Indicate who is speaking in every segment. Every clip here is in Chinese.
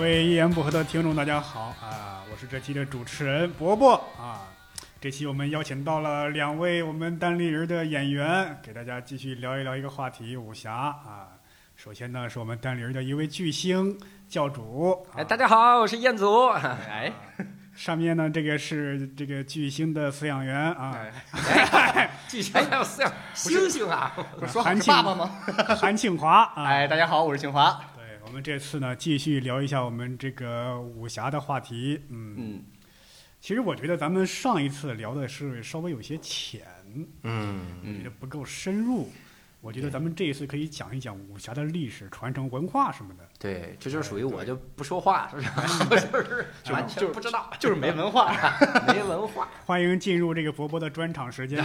Speaker 1: 一言不合的听众，大家好啊！我是这期的主持人伯伯啊。这期我们邀请到了两位我们单立人的演员，给大家继续聊一聊一个话题——武侠啊。首先呢，是我们单立人的一位巨星教主。啊、
Speaker 2: 哎，大家好，我是彦祖。 哎，
Speaker 1: 上面呢，这个是这个巨星的饲养员啊，
Speaker 2: 哎，巨星还有饲养猩猩啊！
Speaker 3: 不是说好
Speaker 1: 韩
Speaker 3: 是
Speaker 1: 庆
Speaker 3: 爸爸吗？
Speaker 1: 韩庆华啊。
Speaker 3: 哎，大家好，我是庆华。
Speaker 1: 对我们这次呢，继续聊一下我们这个武侠的话题。嗯，
Speaker 3: 嗯
Speaker 1: 其实我觉得咱们上一次聊的是稍微有些浅，
Speaker 4: 嗯，
Speaker 1: 觉得
Speaker 3: 嗯，
Speaker 1: 不够深入。我觉得咱们这一次可以讲一讲武侠的历史、传承、文化什么的。
Speaker 2: 对，这就属于我就不说 话，是吧？就是完全不知道，
Speaker 3: 就是 没文化。
Speaker 2: 没文化。
Speaker 1: 欢迎进入这个博博的专场时间。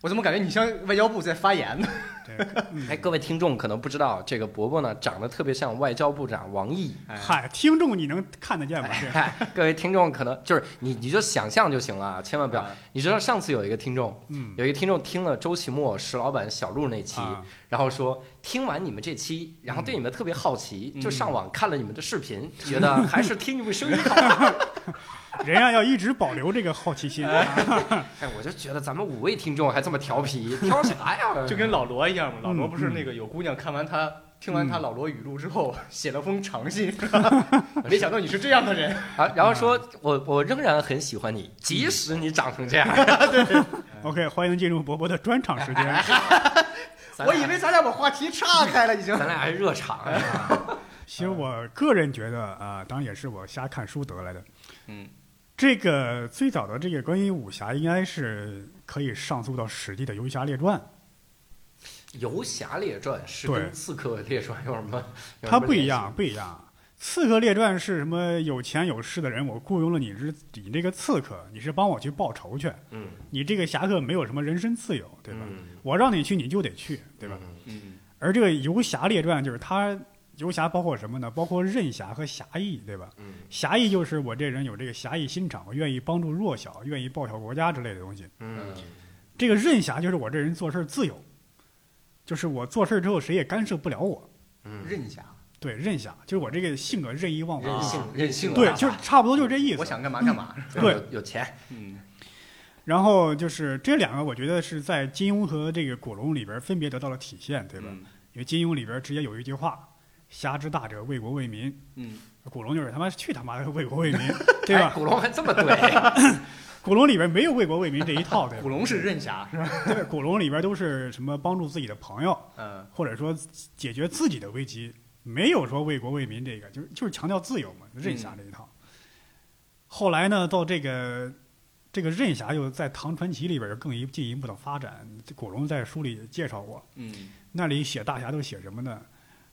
Speaker 3: 我怎么感觉你像外交部在发言呢？
Speaker 1: 对，
Speaker 2: 哎，
Speaker 1: 嗯
Speaker 2: 各位听众可能不知道，这个伯伯呢长得特别像外交部长王毅。
Speaker 1: 嗨，听众你能看得见吗？这
Speaker 2: 哎，各位听众可能就是你，你就想象就行了啊，千万不要
Speaker 3: 啊。
Speaker 2: 你知道上次有一个听众，
Speaker 1: 嗯
Speaker 2: 有一个听众听了周奇墨、石老板、小鹿那期，
Speaker 1: 啊，
Speaker 2: 然后说听完你们这期，然后对你们特别好奇，
Speaker 3: 嗯
Speaker 2: 就上网看了你们的视频，嗯觉得还是听你们声音好。
Speaker 1: 人家要一直保留这个好奇心啊。
Speaker 2: 哎，我就觉得咱们五位听众还这么调皮，挑 啥呀？
Speaker 3: 就跟老罗一样嘛，老罗
Speaker 1: 嗯
Speaker 3: 不是那个有姑娘看完他。听完他老罗语录之后，写了封长 信，没想到你是这样的人。
Speaker 2: 啊，然
Speaker 1: 嗯
Speaker 2: 后说我我仍然很喜欢你，即使你长成这样。
Speaker 1: 嗯 OK，欢迎进入博博的专场时间。
Speaker 2: 咱
Speaker 3: 我
Speaker 2: 俩
Speaker 3: 以为咱俩把话题岔开了，已经。
Speaker 2: 咱俩还热场 啊，
Speaker 1: 其实我个人觉得啊、当然也是我瞎看书得来的。
Speaker 3: 嗯，
Speaker 1: 这个最早的这个关于武侠，应该是可以上溯到《史记》的《游侠列传
Speaker 2: 《游侠列传》是
Speaker 1: 对
Speaker 2: 跟《刺客列传》有什么？有》，什
Speaker 1: 它
Speaker 2: 么
Speaker 1: 不一
Speaker 2: 联系
Speaker 1: 样，。不一样。《刺客列传》是什么？有钱有势的人，我雇佣了你是你这个刺客，你是帮我去报仇去。
Speaker 2: 嗯，
Speaker 1: 你这个侠客没有什么人身自由，对吧？
Speaker 2: 嗯
Speaker 1: 我让你去，你就得去，对吧？？
Speaker 2: 嗯
Speaker 3: 嗯
Speaker 1: 而这个《游侠列传》就是它，游侠包括什么呢？包括任侠和侠义，对吧？
Speaker 2: 嗯
Speaker 1: 侠义就是我这人有这个侠义心肠，我愿意帮助弱小，愿意报效国家之类的东西。
Speaker 2: 嗯，
Speaker 1: 这个任侠就是我这人做事儿自由，就是我做事儿之后谁也干涉不了我。
Speaker 2: 嗯
Speaker 3: 任侠，
Speaker 1: 对，任侠就是我这个性格任意妄为。
Speaker 2: 任性
Speaker 3: 啊
Speaker 2: 任性啊，啊
Speaker 1: 对，就是差不多就是这意思。
Speaker 3: 我想干嘛干嘛。
Speaker 1: 对
Speaker 2: 有有钱，
Speaker 3: 嗯
Speaker 1: 然后就是这两个，我觉得是在金庸和这个古龙里边分别得到了体现，对吧？
Speaker 3: 嗯
Speaker 1: 因为金庸里边直接有一句话：“侠之大者，为国为民。
Speaker 3: 嗯，”
Speaker 1: 古龙就是他妈去他妈的为国为民， 对吧
Speaker 2: 哎？古龙还这 么怼，
Speaker 1: 古龙里边没有为国为民这一套，对吧？
Speaker 3: 古龙是任侠是吧？
Speaker 1: 对，古龙里边都是什么帮助自己的朋友，
Speaker 3: 嗯
Speaker 1: 或者说解决自己的危机，没有说为国为民这个，就是就是强调自由嘛，任侠这一套。后来呢，到这个这个任侠又在《唐传奇》里边儿更一进一步的发展。古龙在书里介绍过，
Speaker 3: 嗯
Speaker 1: 那里写大侠都写什么呢？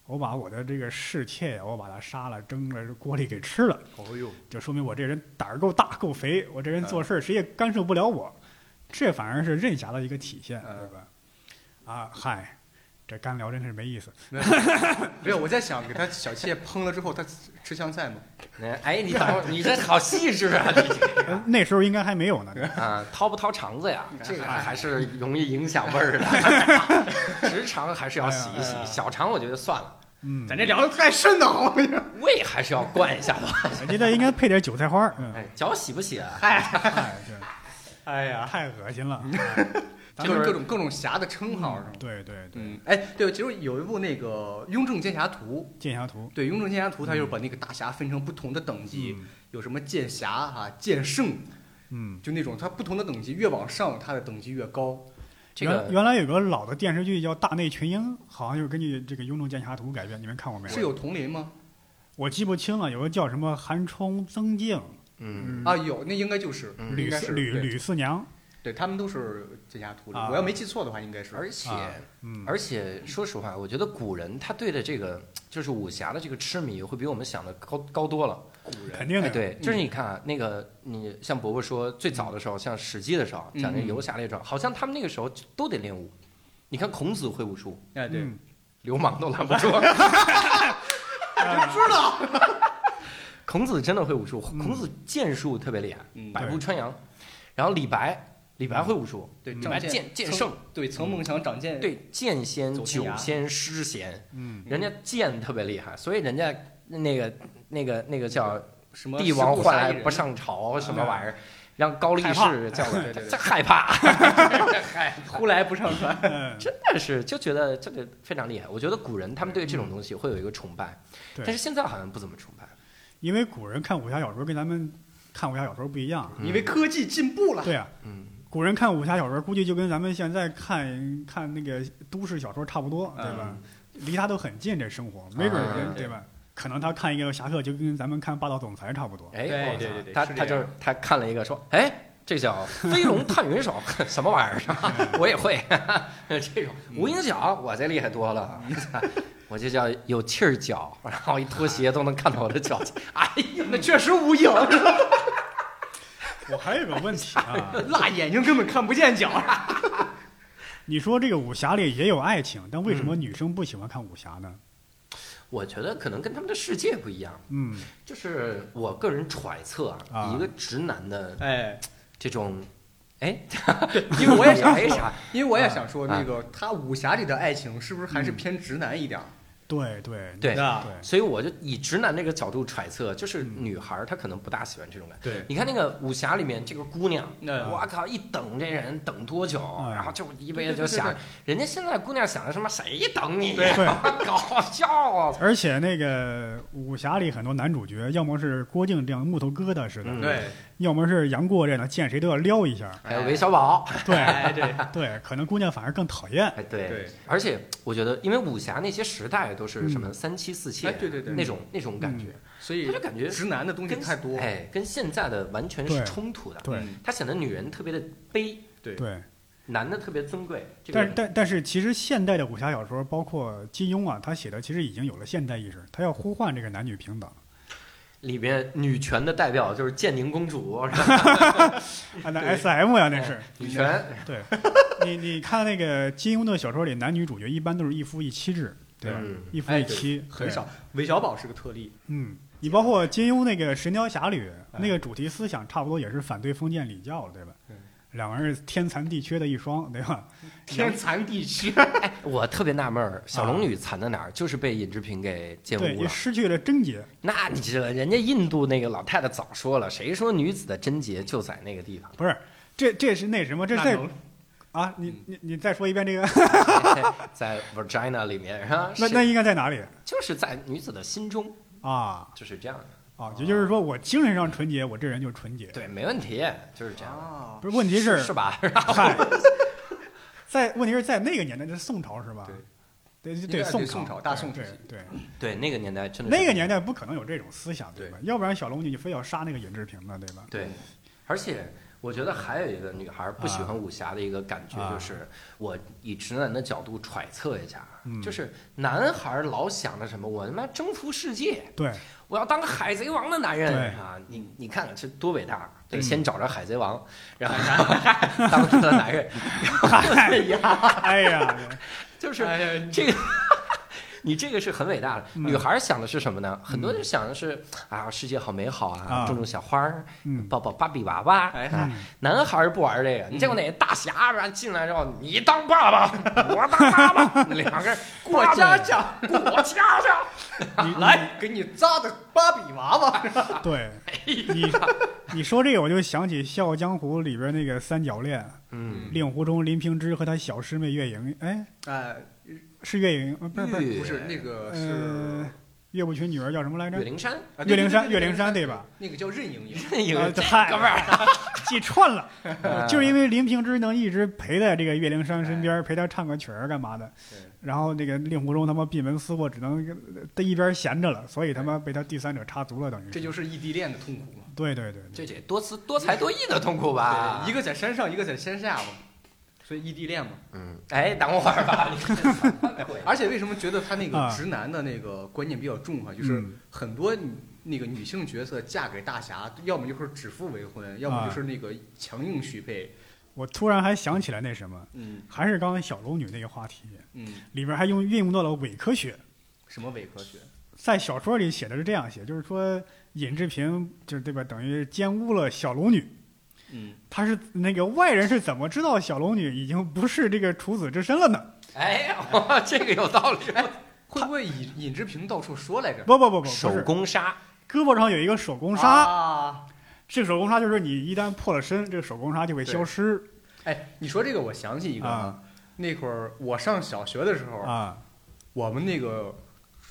Speaker 1: 我把我的这个侍妾呀，我把她杀了，蒸了锅里给吃了，
Speaker 3: 哦呦，
Speaker 1: 就说明我这人胆儿够大够肥，我这人做事儿谁也干涉不了我，这反而是任侠的一个体现，
Speaker 3: 嗯
Speaker 1: 对吧？啊，嗨，这干聊真是没意思。
Speaker 3: 没有，我在想给他小妾烹了之后，他吃香菜吗？
Speaker 2: 哎，你等会儿你这好细致啊，你这个
Speaker 1: 呃那时候应该还没有呢。
Speaker 2: 啊，掏不掏肠子呀？这个还是容易影响味儿的。直肠还是要洗一洗
Speaker 3: 哎，呀
Speaker 2: 小肠我觉得算了，
Speaker 1: 嗯，
Speaker 3: 咱这聊的太深了，我跟你说
Speaker 2: 胃还是要灌一下吧。
Speaker 1: 我觉得应该配点韭菜花儿。嗯，
Speaker 2: 哎，脚洗不洗啊？
Speaker 1: 哎，对，
Speaker 3: 哎呀，
Speaker 1: 太恶心了。咱
Speaker 3: 就
Speaker 1: 们
Speaker 3: 是各种各种侠的称号是吗？
Speaker 1: 对对对，
Speaker 3: 嗯，哎，对，其实有一部那个《雍正剑侠图
Speaker 1: 剑侠图》，。
Speaker 3: 对，《雍正剑侠图》它就是把那个大侠分成不同的等级，
Speaker 1: 嗯
Speaker 3: 有什么剑侠啊、剑圣，
Speaker 1: 嗯，
Speaker 3: 就那种它不同的等级越往上，它的等级越高。
Speaker 2: 这
Speaker 1: 原
Speaker 2: 个
Speaker 1: 原来有个老的电视剧叫《大内群英》，好像就是根据这个《雍正剑侠图》改编，你们看过没有？
Speaker 3: 是有佟林吗？
Speaker 1: 我记不清了，有个叫什么韩冲、曾静、
Speaker 4: 嗯，
Speaker 3: 啊，有，那应该就是，
Speaker 4: 嗯
Speaker 3: 应
Speaker 1: 吕
Speaker 3: 该
Speaker 1: 四
Speaker 3: 是
Speaker 1: 吕
Speaker 3: 对
Speaker 1: 吕四娘，
Speaker 3: 对他们都是剑侠图里。
Speaker 1: 啊
Speaker 3: 我要没记错的话，应该是。
Speaker 2: 而且
Speaker 1: 啊嗯，
Speaker 2: 而且说实话，我觉得古人他对的这个就是武侠的这个痴迷，会比我们想的高高多了。
Speaker 3: 古
Speaker 1: 肯
Speaker 3: 人，
Speaker 1: 定
Speaker 2: 哎，
Speaker 1: 的，
Speaker 2: 对，就是你看啊，那个你像伯伯说，最早的时候，像《史记》的时候，讲这《游侠列传》，好像他们那个时候就都得练武。你看孔子会武术，
Speaker 3: 哎，对，
Speaker 1: 嗯
Speaker 2: 流氓都拦不住。
Speaker 3: 知道。
Speaker 2: 孔子真的会武术，
Speaker 1: 嗯
Speaker 2: 孔子剑术特别厉害，
Speaker 3: 嗯，
Speaker 2: 百步穿杨。然后李白，李白会武术，
Speaker 3: 对，
Speaker 2: 李
Speaker 3: 张
Speaker 2: 白
Speaker 3: 健
Speaker 2: 剑剑
Speaker 3: 曾
Speaker 2: 圣，
Speaker 3: 对，曾梦祥、长剑，，
Speaker 2: 对剑仙、
Speaker 3: 走天
Speaker 2: 酒
Speaker 3: 涯
Speaker 2: 仙、诗仙，
Speaker 1: 嗯
Speaker 2: 人家剑特别厉害，所以人家那个那个那个叫
Speaker 3: 什么
Speaker 2: 帝王
Speaker 3: 事故
Speaker 2: 换
Speaker 3: 杀
Speaker 2: 来
Speaker 3: 一人
Speaker 2: 不 上朝什么玩意儿，让高力士叫
Speaker 3: 对对对
Speaker 2: 这害怕， 哎
Speaker 3: 嗨，呼来不上船。
Speaker 1: 嗯
Speaker 2: 真的是就觉得这个非常厉害。我觉得古人他们对这种东西会有一个崇拜，
Speaker 1: 对
Speaker 2: 但是现在好像不怎么崇拜。
Speaker 1: 因为古人看武侠小说跟咱们看武侠小说不一样啊。
Speaker 2: 嗯
Speaker 3: 因为科技进步了，
Speaker 1: 对啊，
Speaker 2: 嗯，
Speaker 1: 古人看武侠小说估计就跟咱们现在看看那个都市小说差不多，对吧？离他都很近，这生活没准
Speaker 2: 啊
Speaker 1: 儿人、
Speaker 3: 对
Speaker 1: 嗯对吧？可能他看一个侠客就跟咱们看霸道总裁差不多。
Speaker 2: 哎，
Speaker 3: 对
Speaker 2: 我操
Speaker 3: 对对对
Speaker 2: 他
Speaker 3: 是
Speaker 2: 他
Speaker 3: 这
Speaker 2: 就
Speaker 3: 样
Speaker 2: 是他看了一个说，哎，这叫飞龙探云手， 什么玩意儿？我也会这种
Speaker 3: 嗯
Speaker 2: 无影脚，我这厉害多了，我这叫有气儿 脚，然后一脱鞋都能看到我的脚。哎呀，
Speaker 3: 那确实无影，
Speaker 1: 我还有个问题啊，
Speaker 3: 辣眼睛根本看不见脚。
Speaker 1: 你说这个武侠里也有爱情，但为什么女生不喜欢看武侠呢？
Speaker 2: 我觉得可能跟他们的世界不一样，
Speaker 1: 嗯
Speaker 2: 就是我个人揣测啊
Speaker 1: 啊，
Speaker 2: 一个直男的
Speaker 3: 哎，
Speaker 2: 这种，哎，
Speaker 3: 因为我也想
Speaker 2: 没 啥，
Speaker 3: 因为我也想说，
Speaker 2: 啊嗯
Speaker 3: 那个他武侠里的爱情是不是还是偏直男一点儿？
Speaker 1: 对对
Speaker 2: 对
Speaker 3: 啊
Speaker 1: 对
Speaker 2: 所以我就以直男这个角度揣测，就是
Speaker 1: 嗯
Speaker 2: 女孩儿她可能不大喜欢这种感觉。
Speaker 3: 对，
Speaker 2: 你看那个武侠里面这个姑娘。
Speaker 3: 那
Speaker 2: 我靠！一等这人等多久，
Speaker 1: 嗯
Speaker 2: 然后就一辈子就
Speaker 3: 对
Speaker 2: 想
Speaker 3: 对对，
Speaker 2: 人家现在姑娘想的什么？谁等你？啊
Speaker 3: 对
Speaker 2: 搞笑啊！
Speaker 1: 而且那个武侠里很多男主角，要么是郭靖这样木头疙瘩似的，
Speaker 2: 嗯
Speaker 3: 对，
Speaker 1: 要么是杨过这样的，见谁都要撩一下。
Speaker 2: 还有韦小宝，
Speaker 1: 对
Speaker 3: 哎，对
Speaker 1: 对，可能姑娘反而更讨厌。
Speaker 2: 哎对，
Speaker 3: 对，
Speaker 2: 而且我觉得，因为武侠那些时代都是什么三妻四妾
Speaker 3: 哎，对对对
Speaker 2: 那种那种感觉，
Speaker 3: 所
Speaker 2: 他
Speaker 3: 以
Speaker 2: 就感觉
Speaker 3: 直男的东西
Speaker 2: 跟
Speaker 3: 太多。
Speaker 2: 哎，跟现在的完全是
Speaker 1: 对
Speaker 2: 冲突的。
Speaker 1: 对
Speaker 3: 嗯，
Speaker 2: 他显得女人特别的卑，
Speaker 1: 对，
Speaker 2: 男的特别尊贵。这
Speaker 1: 但是
Speaker 2: 个
Speaker 1: 但但是，其实现代的武侠小说，包括金庸啊，他写的其实已经有了现代意识，他要呼唤这个男女平 等。
Speaker 2: 里边女权的代表就是建宁公主，是吧
Speaker 1: 啊，那
Speaker 3: 对
Speaker 1: S M 呀，那是。
Speaker 2: 女权
Speaker 1: 对， 你你看那个金庸的小说里，男女主角一般都是一夫一妻制，对吧？
Speaker 2: 嗯
Speaker 1: 一夫
Speaker 3: 哎
Speaker 1: 一
Speaker 3: 对
Speaker 1: 妻
Speaker 3: 很
Speaker 1: 对
Speaker 3: 少，韦小宝是个 特例。
Speaker 1: 嗯，你包括金庸那个《神雕侠侣》，
Speaker 2: 哎
Speaker 1: 那个主题思想差不多也是反对封建礼教了，对吧
Speaker 2: 嗯
Speaker 3: 对？
Speaker 1: 两个人是天残地缺的一双，对吧？
Speaker 3: 天残地缺，
Speaker 2: 我特别纳闷儿，小
Speaker 1: 啊
Speaker 2: 龙女惨在哪儿？就是被尹志平给奸
Speaker 1: 对，
Speaker 2: 污
Speaker 1: 也
Speaker 2: 了。
Speaker 1: 失去了贞洁。
Speaker 2: 那你这人家印度那个老太太早说了，谁说女子的贞洁就在那个地方？
Speaker 1: 不是，这这是 那什么？这是
Speaker 3: 那
Speaker 1: 在
Speaker 3: 能
Speaker 1: 啊？
Speaker 2: 嗯
Speaker 1: 你你你再说一遍 这个？
Speaker 2: 在 vagina 里面是吧？
Speaker 1: 那
Speaker 2: 是
Speaker 1: 那应该在哪里
Speaker 2: 就是在女子的心中，
Speaker 1: 啊？
Speaker 2: 就是这样的。
Speaker 1: 啊，也就是说，我精神上纯洁，我这人就纯洁。
Speaker 2: 对，没问题，就是这样的。
Speaker 3: 啊，
Speaker 1: 不是，问题
Speaker 2: 是是吧？
Speaker 1: 嗨，在问题是在那个年代，这是宋朝是吧？对对
Speaker 3: 应该
Speaker 1: 宋
Speaker 3: 对
Speaker 1: 朝
Speaker 3: 宋朝大宋
Speaker 1: 对
Speaker 3: 时期嗯
Speaker 1: 对，
Speaker 2: 对，那个年代真的是
Speaker 1: 那个年代不可能有这种思想
Speaker 3: 对
Speaker 1: 吧？要不然小龙女非要杀那个尹志平呢，对吧？
Speaker 2: 对，而且我觉得还有一个女孩不喜欢武侠的一个感觉，
Speaker 1: 啊
Speaker 2: 就是我以直男的角度揣测一下，
Speaker 1: 嗯
Speaker 2: 就是男孩老想着什么，我他妈征服世界，
Speaker 1: 对
Speaker 2: 我要当个海贼王的男
Speaker 1: 对
Speaker 2: 人啊！你你看看这多伟大！对，
Speaker 1: 嗯
Speaker 2: 先找着海 贼王，然后当他的男人，
Speaker 3: 哎呀，
Speaker 1: 哎呀，
Speaker 2: 就是
Speaker 3: 哎呀，
Speaker 2: 这个。你这个是很伟大的。
Speaker 1: 嗯
Speaker 2: 女孩想的是什么呢？很多人想的是啊，世界好美好啊，
Speaker 1: 啊
Speaker 2: 种种小花儿，
Speaker 1: 嗯，
Speaker 2: 抱抱芭比娃娃。
Speaker 3: 哎
Speaker 2: 啊
Speaker 1: 嗯，
Speaker 2: 男孩儿不玩这个，
Speaker 3: 嗯
Speaker 2: 你见过哪个大侠然后进来之后，你当爸爸，我当妈 妈，两个人
Speaker 3: 过家家，
Speaker 2: 过家 家。
Speaker 1: 你
Speaker 3: 来给你扎的芭比娃娃，
Speaker 1: 对，
Speaker 3: 哎
Speaker 1: 你 你说这个，我就想起《笑傲江湖》里边那个三角恋，
Speaker 2: 嗯，
Speaker 1: 令狐冲、林平之和他小师妹月影，哎，
Speaker 3: 哎，
Speaker 1: 是月影，呃不是不是，
Speaker 2: 岳
Speaker 3: 不是那个是
Speaker 1: 呃，岳不群女儿叫什么来着
Speaker 2: 岳？灵 珊，
Speaker 3: 啊对
Speaker 1: 岳灵珊，
Speaker 3: 对对
Speaker 1: 岳
Speaker 3: 对
Speaker 1: 灵珊对吧？
Speaker 3: 那个叫任盈盈，
Speaker 2: 有
Speaker 1: 啊
Speaker 2: 这
Speaker 1: 嗨
Speaker 2: 哥们儿，嗯
Speaker 1: 记串了，
Speaker 3: 嗯
Speaker 1: 就是因为林平之能一直陪在这个岳灵珊身边，陪她唱个曲儿干嘛的。然后那个令狐冲他妈闭门思过，只能在一边闲着了，所以他妈被他第三者插足了，等于
Speaker 3: 这就是异地恋的痛苦嘛。
Speaker 1: 对对对，
Speaker 2: 这得多姿多才多艺的痛苦吧？
Speaker 3: 对一个在山上，一个在山下嘛，所以异地恋嘛。
Speaker 2: 嗯，哎，等会儿吧，你这什么鬼
Speaker 3: 而且为什么觉得他那个
Speaker 1: 啊
Speaker 3: 直男的那个观念比较重哈、就是
Speaker 1: 嗯
Speaker 3: 很多女那个女性角色嫁给大侠，要么就是指腹为婚，要么
Speaker 1: 啊
Speaker 3: 就是那个强硬许配。
Speaker 1: 我突然还想起来那什么，
Speaker 3: 嗯
Speaker 1: 还是刚才小龙女那个话题，
Speaker 3: 嗯，
Speaker 1: 里边还用运用到了伪科学。
Speaker 3: 什么伪科学？
Speaker 1: 在小说里写的是这样写，就是说尹志平就是对吧，等于奸污了小龙女。
Speaker 3: 嗯，
Speaker 1: 他是那个外人是怎么知道小龙女已经不是这个处子之身了呢？
Speaker 2: 哎，哇，这个有道理。
Speaker 3: 会不会尹尹志平到处说来着？
Speaker 1: 不不不不，不是
Speaker 2: 手工纱，
Speaker 1: 胳膊上有一个手工纱，
Speaker 3: 啊！
Speaker 1: 这个手工纱就是你一旦破了身，这个手工纱就会消失
Speaker 3: 哎，你说这个，我想起一个
Speaker 1: 啊，
Speaker 3: 那会儿我上小学的时候，
Speaker 1: 啊
Speaker 3: 我们那个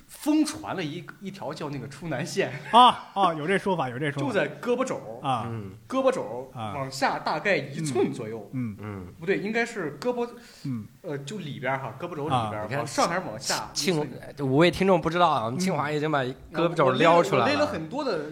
Speaker 3: 疯传了一一条叫那个出南线，
Speaker 1: 啊啊！有这说法，有这说
Speaker 3: 就
Speaker 1: 法
Speaker 3: 在胳膊肘，
Speaker 1: 啊，
Speaker 2: 嗯
Speaker 3: 胳膊肘
Speaker 1: 啊
Speaker 3: 往下大概一寸左右，
Speaker 1: 嗯
Speaker 2: 嗯，
Speaker 3: 不对，应该是胳膊
Speaker 1: 嗯，
Speaker 3: 呃，就里边儿哈，胳膊肘里边
Speaker 2: 啊
Speaker 3: 儿
Speaker 2: 你看
Speaker 3: 往上还是往下？
Speaker 2: 清
Speaker 3: 一寸
Speaker 2: 五位听众不知道啊，我们清华已经把胳膊肘撩出
Speaker 3: 嗯我
Speaker 2: 来
Speaker 3: 勒了
Speaker 2: 了，
Speaker 3: 很多的，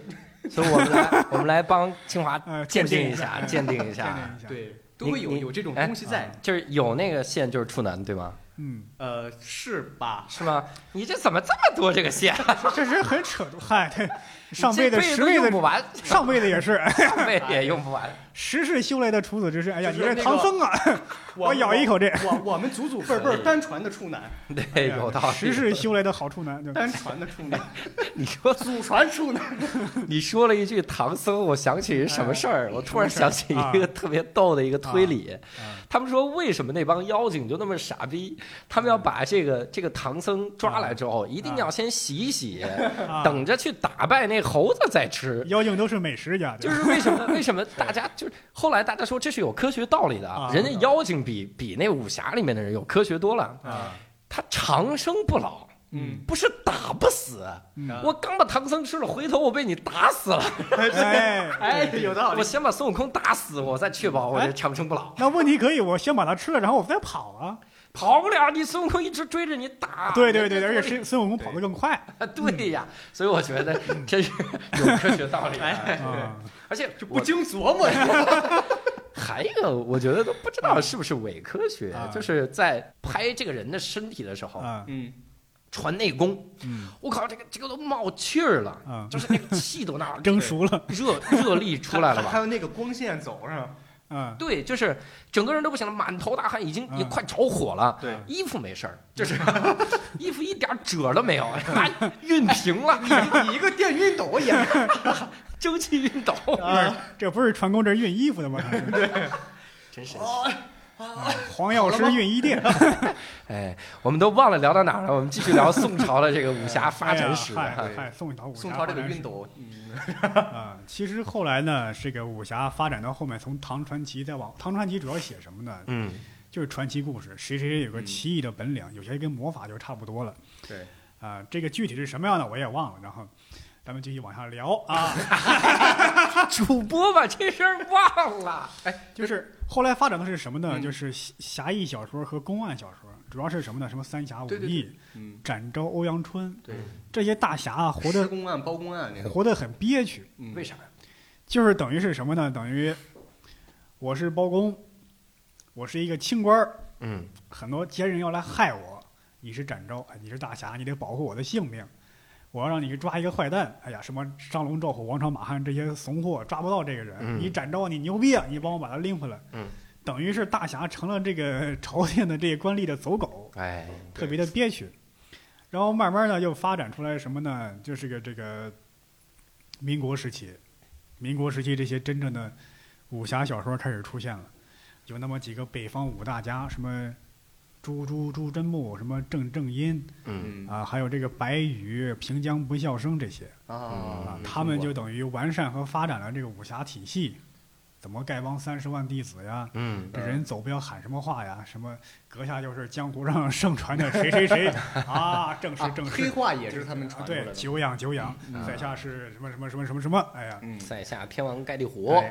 Speaker 2: 所以我们来我们来帮清华
Speaker 1: 呃，
Speaker 2: 鉴
Speaker 1: 重
Speaker 2: 定
Speaker 1: 新
Speaker 2: 一下，
Speaker 1: 哎
Speaker 2: 鉴定一
Speaker 1: 鉴
Speaker 2: 下，
Speaker 1: 定一下，，
Speaker 3: 对，都会有
Speaker 2: 你
Speaker 3: 有这种
Speaker 2: 哎
Speaker 3: 东西在
Speaker 1: 啊。
Speaker 2: 就是有那个线就是处男对吗？
Speaker 1: 嗯，
Speaker 3: 呃，是吧？
Speaker 2: 是吗？你这怎么这么多这个线？啊
Speaker 1: 这是很扯的，嗨， 对， 上
Speaker 2: 辈
Speaker 1: 辈子、十
Speaker 2: 都
Speaker 1: 辈
Speaker 2: 用
Speaker 1: 子
Speaker 2: 不、 完，
Speaker 1: 上辈子也是，
Speaker 2: 上辈子也用不完。
Speaker 1: 十世修来的处子之身。哎呀，
Speaker 3: 就
Speaker 1: 你这
Speaker 3: 是那个
Speaker 1: 唐僧啊，我咬一口这，
Speaker 3: 我我们祖祖辈辈儿单传的处男，
Speaker 1: 哎
Speaker 2: 对，有哎道
Speaker 1: 十
Speaker 2: 理。
Speaker 1: 世修来的好处男，对吧
Speaker 3: 单传的处男，
Speaker 2: 你说
Speaker 3: 祖传处男。
Speaker 2: 你说了一句唐僧，我想起
Speaker 1: 哎
Speaker 2: 什么事儿？我突然想起一个特别逗的一个推理
Speaker 1: 啊，
Speaker 2: 他们说为什么那帮妖精就那么傻逼？他
Speaker 1: 嗯
Speaker 2: 们要把这个这个唐僧抓来之后，一定要先洗一洗，
Speaker 1: 啊，
Speaker 2: 等着去打败那猴子再吃。
Speaker 1: 妖精都是美食家，
Speaker 2: 就
Speaker 1: 对吧
Speaker 2: 是为什么？为什么大家就是后来大家说这是有科学道理的啊
Speaker 1: 啊？
Speaker 2: 人家妖精比比那武侠里面的人有科学多了，
Speaker 1: 啊，
Speaker 2: 他长生不老，
Speaker 3: 嗯，
Speaker 2: 不是打不死。
Speaker 1: 嗯，
Speaker 2: 我刚把唐僧吃了，回头我被你打死了。
Speaker 1: 哎，
Speaker 3: 哎，有道
Speaker 2: 我
Speaker 3: 理。
Speaker 2: 先把孙悟空打死，我再确保我这长生不老。
Speaker 1: 那问题可以，我先把它吃了，然后我再跑啊。
Speaker 2: 跑不了，你孙悟空一直追着你打。
Speaker 1: 对对对，对而且孙孙悟空跑得更快
Speaker 2: 是 对呀，所以我觉得这是有科学道 理的。
Speaker 3: 哎，
Speaker 1: 啊。
Speaker 2: 而且
Speaker 3: 就不
Speaker 2: 我
Speaker 3: 经琢磨，
Speaker 2: 还有一个，我觉得都不知道是不是伪科学
Speaker 1: 嗯啊，
Speaker 2: 就是在拍这个人的身体的时候
Speaker 1: 啊
Speaker 3: 嗯，
Speaker 2: 传内功，
Speaker 1: 嗯
Speaker 2: 我靠，这个这个都冒气儿了，
Speaker 1: 啊，
Speaker 2: 就是那个气 都那儿
Speaker 1: 蒸熟了，
Speaker 2: 热热力出来了 吧
Speaker 3: 还？有那个光线走上，啊
Speaker 1: 嗯
Speaker 2: 对，就是整个人都不行了，满头大汗，已经也
Speaker 1: 嗯
Speaker 2: 快着火了。
Speaker 3: 对
Speaker 2: 衣服没事儿，就是 衣服一点儿褶儿都 没有，啊熨平了，
Speaker 3: 你一个电熨斗 也
Speaker 2: 蒸汽熨斗，
Speaker 1: 啊，这不是传功，这是熨衣服的 吗？
Speaker 2: 真神奇！
Speaker 3: 哦
Speaker 1: 啊黄药师熨衣店，
Speaker 2: 哎，我们都忘了聊到哪儿了，我们继续聊宋朝的这个武侠发展史。
Speaker 1: 哎呀
Speaker 2: 哈
Speaker 1: 嗨嗨，宋朝武侠
Speaker 3: 宋朝这个
Speaker 1: 发展
Speaker 3: 熨
Speaker 1: 史
Speaker 3: 斗，嗯，
Speaker 1: 啊，其实后来呢，这个武侠发展到后面，从唐传奇再往唐传奇主要写什么呢？
Speaker 2: 嗯，
Speaker 1: 就是传奇故事，谁谁谁有个
Speaker 3: 嗯
Speaker 1: 奇异的本领，有些跟魔法就差不多了。
Speaker 3: 对，
Speaker 1: 啊，这个具体是什么样的我也忘了，然后咱们继续往下聊啊，
Speaker 2: 主播把这事儿忘了。
Speaker 1: 就是后来发展的是什么呢？
Speaker 3: 嗯
Speaker 1: 就是侠侠义小说和公案小说，主要是什么呢？什么三侠五
Speaker 3: 对对
Speaker 1: 义、
Speaker 3: 嗯，
Speaker 1: 展昭、欧阳春
Speaker 3: 对，
Speaker 1: 这些大侠 啊，活
Speaker 3: 施
Speaker 1: 得
Speaker 3: 公案、包公案那个，
Speaker 1: 活得很憋屈，
Speaker 3: 嗯
Speaker 2: 为啥？
Speaker 1: 就是等于是什么呢？等于我是包公，我是一个清官儿，
Speaker 2: 嗯，
Speaker 1: 很多奸人要来害我，你是展昭，哎你是大侠，你得保护我的性命。我要让你去抓一个坏蛋，哎呀，什么张龙、赵虎、王朝、马汉这些怂货抓不到这个人，
Speaker 2: 嗯
Speaker 1: 你展昭你牛逼啊，你帮我把他拎回来。
Speaker 2: 嗯，
Speaker 1: 等于是大侠成了这个朝廷的这个官吏的走狗，
Speaker 2: 哎，
Speaker 1: 特别的憋屈。然后慢慢呢，又发展出来什么呢？就是个这个民国时期，民国时期这些真正的武侠小说开始出现了，有那么几个北方五大家，什么朱朱朱真木，什么郑正音
Speaker 2: 嗯，
Speaker 3: 嗯
Speaker 1: 啊，还有这个白羽、平江不笑生这些啊
Speaker 3: 啊
Speaker 2: 嗯，
Speaker 1: 他们就等于完善和发展了这个武侠体系，怎么丐帮三十万弟子呀，
Speaker 2: 嗯，
Speaker 1: 这人走不要喊什么话呀？ 什么阁下就是江湖上盛传的谁谁 谁啊？正是
Speaker 3: 啊
Speaker 1: 正
Speaker 3: 黑
Speaker 1: 是，
Speaker 3: 话也是他们传出来
Speaker 1: 对，
Speaker 3: 的，
Speaker 1: 久仰久仰，
Speaker 2: 嗯
Speaker 1: 在下是什么什么什么什么什么？哎呀，
Speaker 3: 嗯，
Speaker 2: 塞下天王盖地虎，啊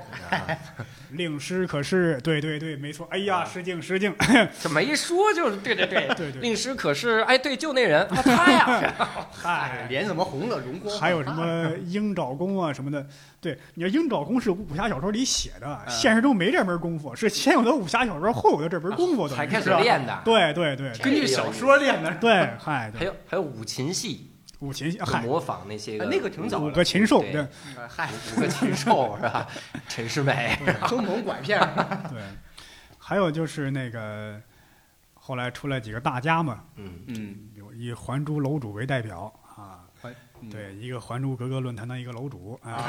Speaker 1: 令师可是对对对，没错。哎呀，
Speaker 2: 啊
Speaker 1: 失敬失敬，
Speaker 2: 这么一说就是对对 对
Speaker 1: 对对
Speaker 2: 令师可是哎，对，就那人，啊他哎呀，
Speaker 1: 嗨。
Speaker 3: 哎脸怎么红了？容光
Speaker 1: 哎还有什么鹰爪功啊什么的？对，你要鹰爪功是武侠小说里写的，
Speaker 3: 嗯
Speaker 1: 现实中没这门功夫，是先有的武侠小说，后有的这门功夫的。
Speaker 2: 啊才开始
Speaker 1: 是吧
Speaker 2: 练的。
Speaker 1: 对对对
Speaker 2: 这
Speaker 3: 根据小说练的，
Speaker 1: 对，嗨，
Speaker 2: 还
Speaker 1: 对
Speaker 2: 有还有五禽戏，
Speaker 1: 五禽
Speaker 2: 就
Speaker 1: 嗨，
Speaker 2: 模仿那些
Speaker 3: 啊那个挺早
Speaker 1: 五
Speaker 3: 的
Speaker 1: 个禽兽，
Speaker 2: 对
Speaker 1: 对
Speaker 3: 嗯嗨，
Speaker 2: 五个禽 兽是吧？陈世美，
Speaker 1: 嗯
Speaker 3: 生猛 拐骗，
Speaker 1: 对，还有就是那个后来出来几个大家嘛，
Speaker 2: 嗯，
Speaker 3: 嗯，
Speaker 1: 有以《还珠楼主》为代表啊，
Speaker 3: 还嗯
Speaker 1: 对，一个《还珠格格》论坛的一个楼主啊，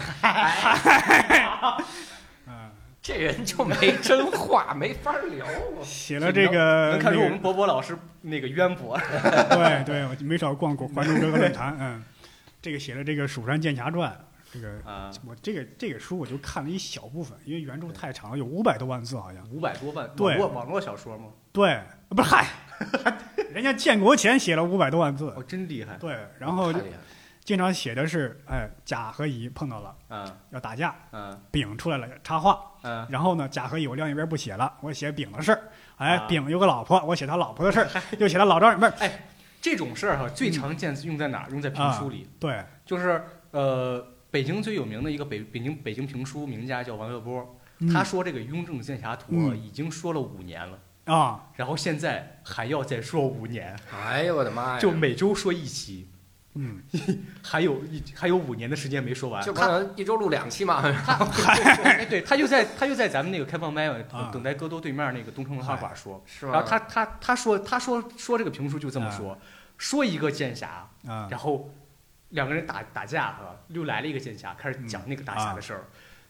Speaker 1: 嗯，
Speaker 2: 这人就没真话，没法聊。
Speaker 1: 写了这个
Speaker 3: 能看出
Speaker 1: 呃那
Speaker 3: 我
Speaker 1: 个
Speaker 3: 们博博老师那个渊博，
Speaker 1: 对对，我就没少逛过《还珠格格》论坛，嗯，这个写了这个《蜀山剑侠传》，这个
Speaker 3: 啊，
Speaker 1: 我这个这个书我就看了一小部分，因为原著太长了，有五百多万字好像。
Speaker 3: 五百多万，
Speaker 1: 对
Speaker 3: 网络网络小说吗？
Speaker 1: 对，不是嗨， 人家建国前写了五百多万字，
Speaker 3: 哦，真厉害
Speaker 1: 对，然
Speaker 3: 哦
Speaker 1: 后
Speaker 2: 太厉害了
Speaker 1: 经常写的是，哎，甲和乙碰到了
Speaker 3: 啊
Speaker 1: 要打架，
Speaker 3: 啊
Speaker 1: 丙出来了插话，
Speaker 3: 啊！
Speaker 1: 然后呢，甲和乙我晾一边不写了，我写丙的事儿，哎，
Speaker 3: 啊
Speaker 1: 丙有个老婆，我写他老婆的事儿，又写他老丈人不是，
Speaker 3: 这种事儿哈，最常见用在哪儿？用
Speaker 1: 啊
Speaker 3: 在评书里，
Speaker 1: 对，
Speaker 3: 就是呃，北京最有名的一个北北京北京评书名家叫王月波，
Speaker 1: 嗯
Speaker 3: 他说这个《雍正剑侠图》啊
Speaker 1: 嗯
Speaker 3: 已经说了五年了，
Speaker 1: 啊，
Speaker 3: 然后现在还要再说五年，
Speaker 2: 哎呦我的妈呀！
Speaker 3: 就每周说一期，
Speaker 1: 嗯，
Speaker 3: 还有一还有五年的时间没说完。
Speaker 2: 就可能一周录两期 嘛，
Speaker 3: 哎，对，他就在他就在咱们那个开放麦呃
Speaker 1: 啊，
Speaker 3: 等待戈多对面那个东城文化馆说，
Speaker 2: 是吧？
Speaker 3: 然后他他他说他说说这个评书就这么
Speaker 1: 啊
Speaker 3: 说，说一个剑侠，
Speaker 1: 啊，
Speaker 3: 然后两个人打打架哈，又来了一个剑侠，开始讲那个大侠的事儿，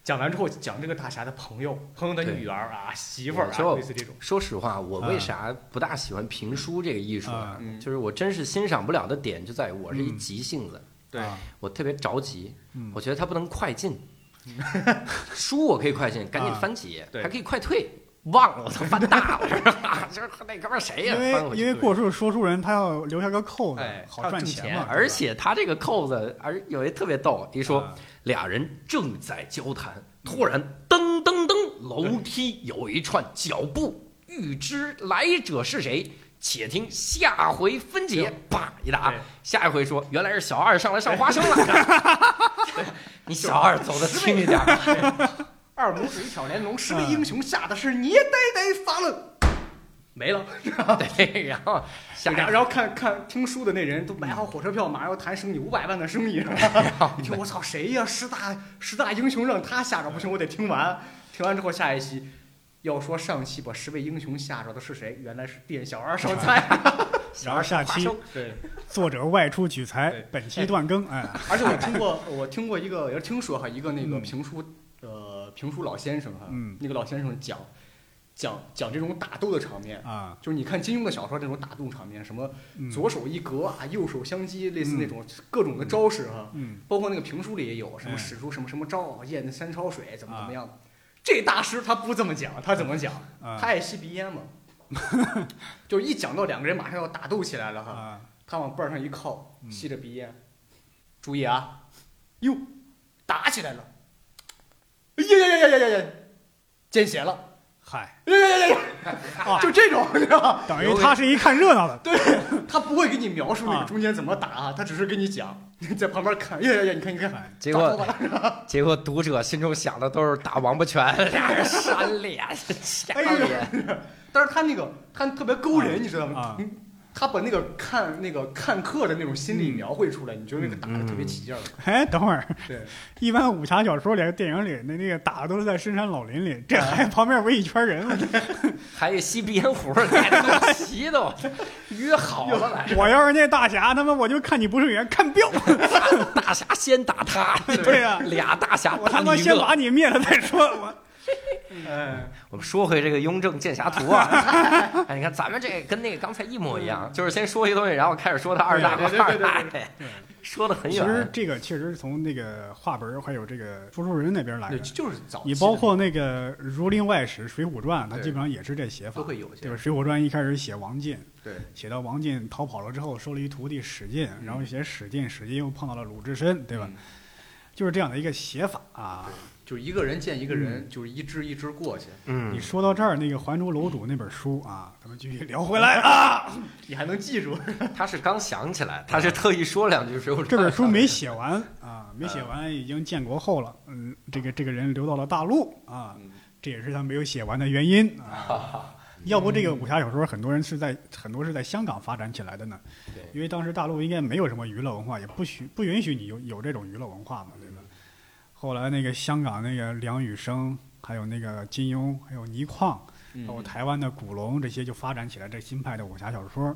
Speaker 3: 讲完之后讲这个大侠的朋友、朋友的
Speaker 2: 对
Speaker 3: 女儿啊、媳妇儿
Speaker 2: 我就
Speaker 3: 啊，类似这种，
Speaker 2: 说实话，我
Speaker 1: 啊
Speaker 2: 为啥不大喜欢评书这个艺术
Speaker 1: 啊
Speaker 2: 呢？
Speaker 3: 嗯
Speaker 2: 就是我真是欣赏不了的点就在于我是一
Speaker 1: 嗯
Speaker 2: 急性子，
Speaker 3: 对
Speaker 1: 啊
Speaker 2: 我特别着急，
Speaker 1: 嗯
Speaker 2: 我觉得它不能快进。书我可以快进，赶紧
Speaker 1: 啊
Speaker 2: 翻几页，
Speaker 3: 对
Speaker 2: 还可以快退，忘了我都翻大了，是 吧？就是那哥们儿谁呀？
Speaker 1: 因
Speaker 2: 翻回
Speaker 1: 为
Speaker 2: 去
Speaker 1: 因为
Speaker 2: 对
Speaker 1: 过去说书人他要留下个扣子
Speaker 3: 哎，
Speaker 1: 好赚嘛，对吧
Speaker 2: 而且他这个扣子，而有一特别逗，一说
Speaker 1: 啊
Speaker 2: 俩人正在交谈，突然噔噔噔，楼梯有一串脚步，欲知来者是谁，且听下回分解。啪一打
Speaker 3: 对，
Speaker 2: 下一回说原来是小二上来上花生了。 你小二走的轻一点，
Speaker 3: 二拇指一挑帘龙，十个
Speaker 1: 嗯
Speaker 3: 英雄吓得是你呆呆发愣，没了。
Speaker 2: 对，然后下一
Speaker 3: 然后
Speaker 2: 个
Speaker 3: 然后看看听书的那人都买好火车票，马上要谈生意五百万的生意，你听我操谁呀？十大十大英雄让他吓着不行，我得听完。听完之后下一期，要说上期把十位英雄吓着的是谁？原来是店小二烧菜。
Speaker 1: 然后下期
Speaker 3: 对，
Speaker 1: 作者外出取材
Speaker 3: 对，
Speaker 1: 本期断更，哎，
Speaker 3: 而且我听过我听过一个也是听说哈，一个那个
Speaker 1: 嗯
Speaker 3: 评书呃评书老先生哈
Speaker 1: 嗯，
Speaker 3: 那个老先生讲讲讲这种打斗的场面。
Speaker 1: 啊，
Speaker 3: 就是你看金庸的小说这种打斗场面，什么
Speaker 1: 嗯
Speaker 3: 左手一格啊，右手相击，类似那种各种的招式哈、
Speaker 1: 嗯，
Speaker 3: 包括那个评书里也有什么
Speaker 1: 嗯
Speaker 3: 使出什么什么招，啊验山抄水怎么怎么样。这大师他不这么讲，他怎么讲？
Speaker 1: 啊
Speaker 3: 他爱吸鼻 烟嘛，就是一讲到两个人马上要打斗起来了哈，
Speaker 1: 啊，
Speaker 3: 他往背儿上一靠，
Speaker 1: 嗯
Speaker 3: 吸着鼻烟，注意啊，哟，打起来了，哎呀呀呀呀呀呀，见血了，
Speaker 1: 嗨，
Speaker 3: 哎呀呀呀呀
Speaker 1: 啊
Speaker 3: 呀，就这种，你知道吗？
Speaker 1: 等于他是一看热闹的，
Speaker 3: 他不会给你描述那
Speaker 1: 啊
Speaker 3: 个中间怎么打啊，他只是跟你讲， 你在旁边看，呀呀呀，你看你看，
Speaker 1: 哎
Speaker 2: 结
Speaker 3: 打
Speaker 2: 果
Speaker 3: 头发了
Speaker 2: 结果读者心中想的都是打王八拳，俩人扇 脸下
Speaker 3: 哎呦
Speaker 2: 脸。
Speaker 3: 但是他那个他特别勾人，你知道
Speaker 1: 啊
Speaker 3: 吗？嗯他把那个看那个看客的那种心理描绘出来，你觉得那个打的特别起劲儿。
Speaker 1: 哎，等会儿，
Speaker 3: 对，
Speaker 1: 一般武侠小说里、电影里那那个打的都是在深山老林里，这还旁边围一圈人，
Speaker 2: 还有吸鼻烟壶的，那急 的我约好了来，
Speaker 1: 我要是那大侠，他妈我就看你不顺眼，看彪，
Speaker 2: 大侠先打他，
Speaker 1: 对
Speaker 3: 啊
Speaker 1: 呀
Speaker 2: 俩大侠
Speaker 1: 我他
Speaker 2: 打
Speaker 1: 妈
Speaker 2: 你一
Speaker 1: 先
Speaker 2: 个。
Speaker 1: 把你灭了再说，我
Speaker 3: 哎，
Speaker 2: 我们说回这个《雍正剑侠图》 啊，哎，你看咱们这跟那个刚才一模一样，就是先说一个东西，然后开始说他二大和
Speaker 3: 嗯对
Speaker 2: 二
Speaker 3: 对对
Speaker 2: 大
Speaker 3: 对
Speaker 2: 爷，说的很
Speaker 1: 其实
Speaker 2: 远。
Speaker 1: 这个确实是从那个话本儿还有这个说书人那边来
Speaker 3: 对，
Speaker 1: 的。
Speaker 3: 就是早期的
Speaker 1: 你包括那个《儒林外史》《水浒传》，它基本上也是这写法
Speaker 3: 都。会有一些
Speaker 1: 对吧？《水浒传》一开始写王进，
Speaker 3: 对
Speaker 1: 写到王进逃跑了之后，收了一徒弟史进，然后写史进，史进又碰到了鲁智深，对吧？？
Speaker 3: 嗯
Speaker 1: 就是这样的一个写法啊。
Speaker 3: 就是一个人见一个人，就是一支一支过去，
Speaker 1: 你
Speaker 2: 嗯，
Speaker 1: 说到这儿，那个《还珠楼主》那本书啊，咱们继续聊回来啊。
Speaker 3: 你还能记住。
Speaker 2: 他是刚想起来，
Speaker 3: 嗯
Speaker 2: 他是特意说两句水浒传。
Speaker 1: 这本书没写完啊，没写完，已经建国后了。嗯，这个这个人流到了大陆啊，这也是他没有写完的原因啊。要不这个武侠小说，很多人是在很多是在香港发展起来的呢
Speaker 2: 对，
Speaker 1: 因为当时大陆应该没有什么娱乐文化，也不许不允许你有有这种娱乐文化嘛，对吧？后来那个香港那个梁羽生，还有那个金庸，还有
Speaker 3: 嗯
Speaker 1: 倪匡，包括台湾的古龙这些就发展起来这新派的武侠小说。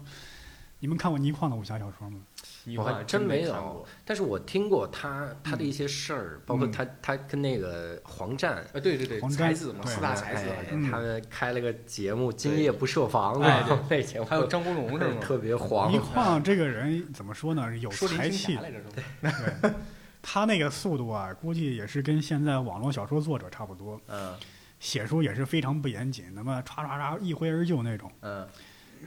Speaker 1: 你们看过倪匡的武侠小说吗？
Speaker 3: 你
Speaker 2: 我还
Speaker 3: 看
Speaker 2: 真没有
Speaker 3: 看过。嗯
Speaker 2: 但是我听过他他的一些事儿，包括他他跟那个黄战。
Speaker 3: 啊，对对对，
Speaker 1: 黄沾
Speaker 3: 才子嘛，
Speaker 1: 对
Speaker 3: 四大才子好
Speaker 2: 哎
Speaker 3: 像，嗯
Speaker 2: 他们开了个节目《今夜不设防》
Speaker 3: 哎
Speaker 2: 的， 那节目
Speaker 3: 还有张国荣是吗？
Speaker 2: 特别黄
Speaker 1: 倪，匡这个人怎么说呢？有
Speaker 3: 说林
Speaker 1: 才
Speaker 3: 青
Speaker 1: 气
Speaker 3: 霞，来着是吗？
Speaker 1: 对，他那个速度啊，估计也是跟现在网络小说作者差不多，
Speaker 3: 嗯
Speaker 1: 写书也是非常不严谨，那么唰唰唰一挥而就那种。
Speaker 3: 嗯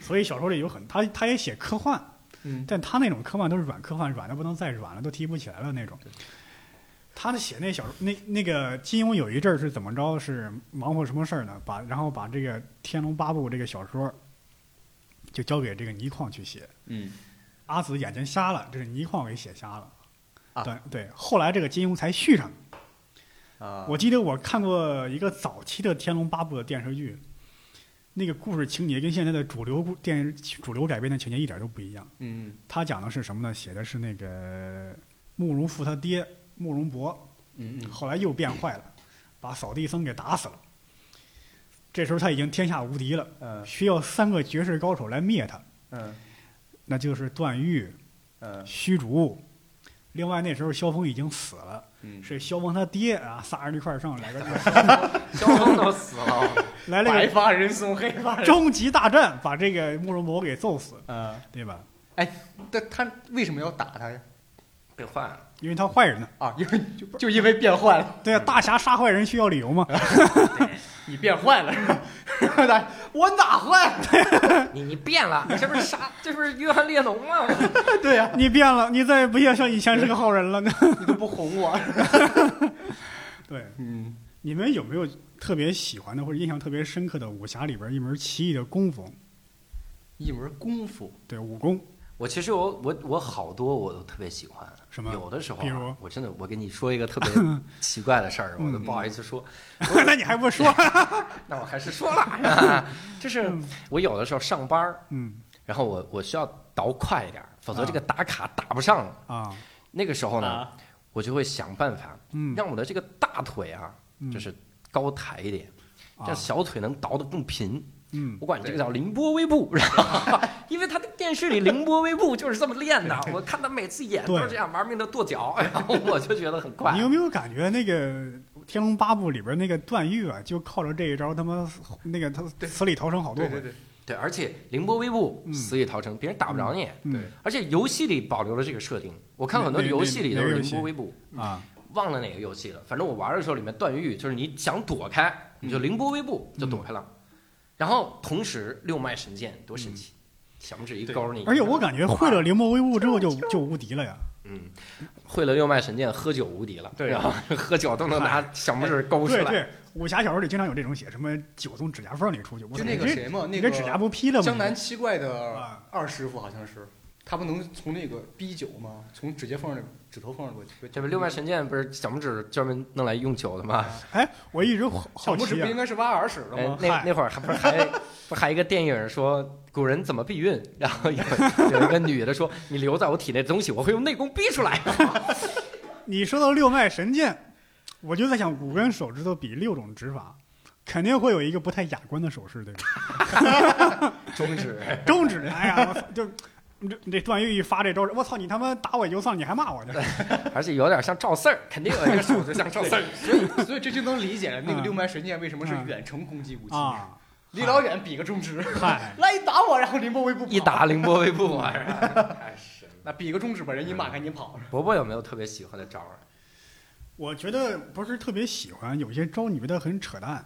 Speaker 1: 所以小说里有很他他也写科幻，
Speaker 3: 嗯，
Speaker 1: 但他那种科幻都是软科幻，软的不能再软了，都提不起来了那种。 他的写那小说，那那个金庸有一阵儿是怎么着？是忙活什么事儿呢？把然后把这个《天龙八部》这个小说就交给这个倪匡去写。
Speaker 3: 嗯
Speaker 1: 阿紫眼睛瞎了，这是倪匡给写瞎了。
Speaker 3: 啊
Speaker 1: 对对，后来这个金庸才续上。
Speaker 3: 啊，
Speaker 1: 我记得我看过一个早期的《天龙八部》的电视剧，那个故事情节跟现在的主流故电视主流改编的情节一点都不一样。
Speaker 3: 嗯
Speaker 1: 他讲的是什么呢？写的是那个慕容复他爹慕容博，
Speaker 3: 嗯嗯
Speaker 1: 后来又变坏了，把扫地僧给打死了。这时候他已经天下无敌了，呃
Speaker 3: 嗯
Speaker 1: 需要三个绝世高手来灭他，
Speaker 3: 嗯
Speaker 1: 那就是段誉、
Speaker 3: 嗯
Speaker 1: 虚竹。另外那时候萧峰已经死了，
Speaker 3: 嗯，
Speaker 1: 是萧峰他爹啊，仨人一块儿上来个
Speaker 2: 萧峰都死了，
Speaker 1: 来了
Speaker 3: 白
Speaker 1: 个
Speaker 3: 发人送黑发人。
Speaker 1: 终极大战，把这个慕容博给揍死，
Speaker 3: 嗯，
Speaker 1: 对吧？
Speaker 3: 但他为什么要打他呀？
Speaker 2: 被换了。
Speaker 1: 因为他坏人呢，
Speaker 3: 啊，因为就就因为变坏了，
Speaker 1: 对啊，大侠杀坏人需要理由吗？
Speaker 3: 你变坏了是吧？他我哪坏了？
Speaker 2: 你你变了，这不是杀，这不是约翰列侬吗？
Speaker 3: 对呀、
Speaker 1: 你变了，你再也不像像以前是个好人了。
Speaker 3: 你都不哄我。
Speaker 1: 对，
Speaker 3: 嗯
Speaker 1: 你们有没有特别喜欢的或者印象特别深刻的武侠里边一门奇异的功夫？
Speaker 3: 一门功夫，
Speaker 1: 对，武功
Speaker 2: 我其实我我我好多我都特别喜欢，
Speaker 1: 什么
Speaker 2: 有的时候啊、
Speaker 1: 比如
Speaker 2: 我真的我跟你说一个特 别奇怪的事儿，
Speaker 3: 嗯
Speaker 2: 我都不好意思说，
Speaker 1: 那你还不说？
Speaker 2: 那我还是说了，
Speaker 3: 嗯
Speaker 2: 就是我有的时候上班儿，
Speaker 1: 嗯
Speaker 2: 然后我我需要倒快一点儿，否则这个打卡打不上了。
Speaker 1: 啊，
Speaker 2: 那个时候呢，
Speaker 3: 啊
Speaker 2: 我就会想办法
Speaker 1: 嗯，
Speaker 2: 让我的这个大腿啊，
Speaker 1: 嗯
Speaker 2: 就是高抬一点，这样
Speaker 1: 啊
Speaker 2: 小腿能倒得更平。
Speaker 1: 嗯
Speaker 2: 我管这个叫凌波微步， 然后因为他的电视里凌波微步就是这么练的，我看他每次演都是这样玩命的跺脚，然后 我就觉得很快
Speaker 1: 你。有没有感觉那个《天龙八部》里边那个段誉啊，就靠着这一招，他妈那个他死里逃生好多
Speaker 3: 对
Speaker 1: 回
Speaker 3: 对。对，
Speaker 2: 对，而且凌波微步
Speaker 1: 嗯
Speaker 2: 死里逃生，别人打不着你。
Speaker 1: 嗯
Speaker 3: 对
Speaker 2: 而且游戏里保留了这个设定，我看很多
Speaker 1: 哪哪
Speaker 2: 游戏里都
Speaker 1: 哪
Speaker 2: 是
Speaker 1: 个游
Speaker 2: 凌
Speaker 1: 戏
Speaker 2: 波微步，
Speaker 1: 啊，
Speaker 2: 忘了哪个游戏了。反正我玩的时候，里面段誉就是你想躲开，你就凌波微步就躲开了，然后同时六脉神剑多神奇，响指一勾你。
Speaker 1: 而且我感觉会了凌波微步之后就就无敌了呀。
Speaker 2: 嗯，会了六脉神剑，喝酒无敌了。
Speaker 3: 对
Speaker 2: 然后喝酒都能拿小拇指勾出
Speaker 1: 对
Speaker 2: 来。
Speaker 1: 对，武侠小说里经常有这种写什么酒从指甲缝里出去，我
Speaker 3: 就
Speaker 1: 操
Speaker 3: 那个
Speaker 1: 你这
Speaker 3: 谁嘛，那
Speaker 1: 你
Speaker 3: 个
Speaker 1: 这指甲不劈了吗？
Speaker 3: 江南七怪的
Speaker 1: 啊
Speaker 3: 二师傅好像是，他不能从那个逼酒吗？从指甲缝儿里、指头缝儿里过去。
Speaker 2: 这不六脉神剑不是小拇指专门弄来用酒的吗？
Speaker 1: 哎，我一直好
Speaker 3: 小
Speaker 1: 好
Speaker 3: 拇指
Speaker 1: 奇
Speaker 3: 不
Speaker 1: 啊
Speaker 3: 应该是挖耳屎的
Speaker 2: 哎
Speaker 3: 吗，？
Speaker 2: 那
Speaker 1: 嗨
Speaker 2: 那会儿还不是还不还一个电影说古人怎么避孕，然后有有一个女的说你留在我体内的东西，我会用内功逼出来。
Speaker 1: 你说到六脉神剑，我就在想，五根手指头比六种指法，肯定会有一个不太雅观的手势，对吧？
Speaker 2: 中指，
Speaker 1: 中指，哎呀，我操， 就你这你这段誉一发这招，我操，你他妈打我也就算，你还骂我呢？
Speaker 2: 而且有点像赵四儿，肯 定有一个手就像赵四儿。
Speaker 3: 所以所以这就能理解了那个
Speaker 1: 嗯
Speaker 3: 六脉神剑为什么是
Speaker 1: 嗯
Speaker 3: 远程攻击武器，
Speaker 1: 啊，
Speaker 3: 离老远比个中指，
Speaker 1: 嗨，
Speaker 3: 来打我，然后凌波微步跑
Speaker 2: 一，打凌波微步啊！太神了！
Speaker 3: 那比个中指把人一骂，赶紧跑。
Speaker 2: 伯伯有没有特别喜欢的招儿？
Speaker 1: 我觉得不是特别喜欢，有些招你觉得很扯淡。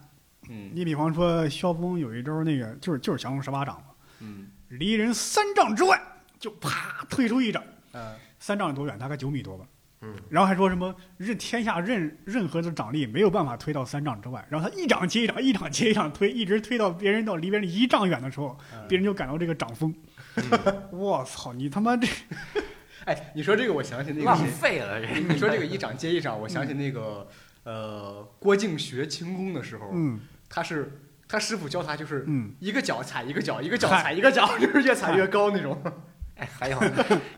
Speaker 3: 嗯
Speaker 1: 你比方说，萧峰有一招那个，就是就是降龙十八掌嘛，
Speaker 3: 嗯
Speaker 1: 离人三丈之外就啪推出一掌，
Speaker 3: 嗯
Speaker 1: 三丈有多远？大概九米多吧。
Speaker 2: 嗯，
Speaker 1: 然后还说什么任天下任任何的掌力没有办法推到三丈之外，然后他一掌接一掌，一掌接一掌推，一直推到别人到离别人一丈远的时候，
Speaker 3: 嗯
Speaker 1: 别人就感到这个掌风。 我操，你他妈这
Speaker 3: 哦哎，你说这个，我想起那个
Speaker 2: 浪
Speaker 3: 谁，
Speaker 2: 费了这。
Speaker 3: 你说这个一掌接一掌，我想
Speaker 1: 嗯
Speaker 3: 起那个呃郭靖学轻功的时候，
Speaker 1: 嗯
Speaker 3: 他是他师傅教他就是
Speaker 1: 嗯，
Speaker 3: 一个脚踩一个脚，一个脚
Speaker 1: 嗨
Speaker 3: 踩一个脚， 就是越踩越高那 种。
Speaker 2: 哎，还有，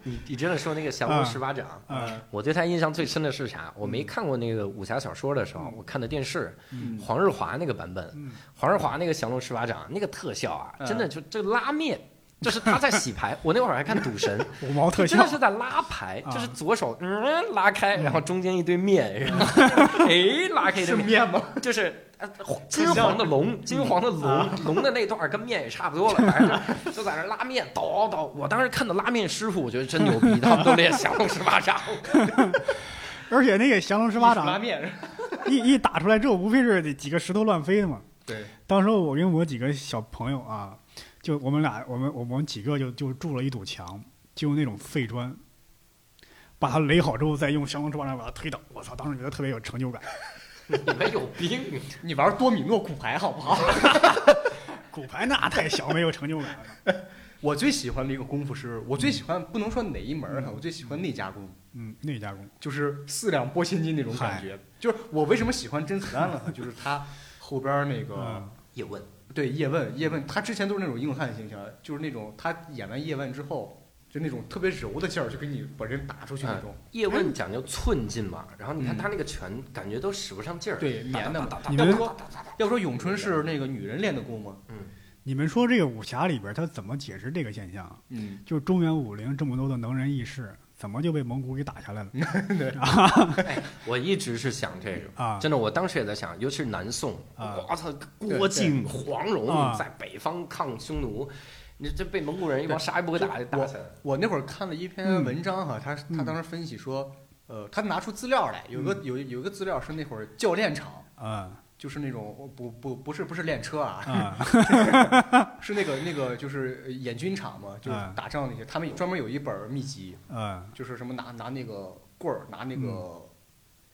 Speaker 2: 你你真的说那个降龙十八掌，
Speaker 1: 呃
Speaker 2: 我对他印象最深的是啥？我没看过那个武侠小说的时候，我看的电视，
Speaker 1: 嗯
Speaker 2: 黄日华那个版本，
Speaker 1: 嗯
Speaker 2: 黄日华那个降龙十八掌那个特效啊，
Speaker 3: 嗯
Speaker 2: 真的就这拉面就是他在洗牌。我那会儿还看赌神，
Speaker 3: 嗯
Speaker 1: 五毛特
Speaker 2: 真
Speaker 1: 效
Speaker 2: 的，是在拉牌，
Speaker 1: 啊
Speaker 2: 就是左手嗯拉开，然后中间一堆面，然后哎拉开一堆
Speaker 3: 是
Speaker 2: 面，
Speaker 3: 面吗？
Speaker 2: 就是呃金黄的龙，金黄的龙，龙的那段跟面也差不多了，反正就就在那拉面倒倒。我当时看到拉面师傅，我觉得真牛逼，他们都练降龙十八掌。
Speaker 1: 而且那个降龙十八
Speaker 3: 拉
Speaker 1: 掌
Speaker 3: 面，
Speaker 1: 一一打出来之后，无非是几个石头乱飞的嘛。
Speaker 2: 对，
Speaker 1: 当时我跟我几个小朋友啊，就我们俩，我们我们几个就就筑了一堵墙，就用那种废砖，把它垒好之后，再用降龙十八掌把它推倒。我操，当时觉得特别有成就感。
Speaker 2: 你们有病！啊
Speaker 3: 你玩多米诺骨牌好不好？
Speaker 1: 骨牌那太小，没有成就感了。
Speaker 3: 我最喜欢的一个功夫是，我最喜欢不能说哪一门儿哈，我最喜欢内家功夫，
Speaker 1: 嗯，内家功，
Speaker 3: 就是四两拨千斤那种感觉。就是我为什么喜欢甄子丹了 呢？就是他后边儿那个
Speaker 1: 嗯
Speaker 2: 叶问，
Speaker 3: 对叶问，叶问他之前都是那种硬汉形象，就是那种他演完叶问之后，就那种特别柔的劲儿，就给你把人打出去那种。
Speaker 2: 叶问讲究寸劲嘛，然后你看他那个拳，感觉都使不上劲儿。
Speaker 3: 对，
Speaker 2: 打
Speaker 3: 棉的嘛。
Speaker 2: 打打
Speaker 1: 你
Speaker 2: 打
Speaker 1: 们
Speaker 2: 打打打打
Speaker 3: 要说咏春是那个女人练的功吗？
Speaker 1: 你们说这个武侠里边，他怎么解释这个现象啊？
Speaker 3: 嗯，
Speaker 1: 就是中原武林这么多的能人异士，怎么就被蒙古给打下来了
Speaker 2: 哎，我一直是想这个。
Speaker 1: 啊？
Speaker 2: 真的，我当时也在想，尤其是南宋，
Speaker 1: 啊
Speaker 2: 我操，
Speaker 3: 对
Speaker 2: 郭
Speaker 3: 对
Speaker 2: 靖、黄蓉
Speaker 1: 啊
Speaker 2: 在北方抗匈奴，你这被蒙古人一帮啥也不会打
Speaker 3: 对
Speaker 2: 就打起来了。
Speaker 3: 我那会儿看了一篇
Speaker 1: 嗯
Speaker 3: 文章哈，他他
Speaker 1: 嗯
Speaker 3: 当时分析说，呃，他拿出资料来，有个有有一个资料是那会儿教练场。
Speaker 1: 啊
Speaker 3: 就是那种不不不是不是练车啊，
Speaker 1: 啊
Speaker 3: 是那个那个就是呃演军场嘛，就是
Speaker 1: 嗯
Speaker 3: 打仗那些，他们专门有一本儿秘籍，
Speaker 1: 啊！
Speaker 3: 就是什么拿拿那个棍儿，拿那个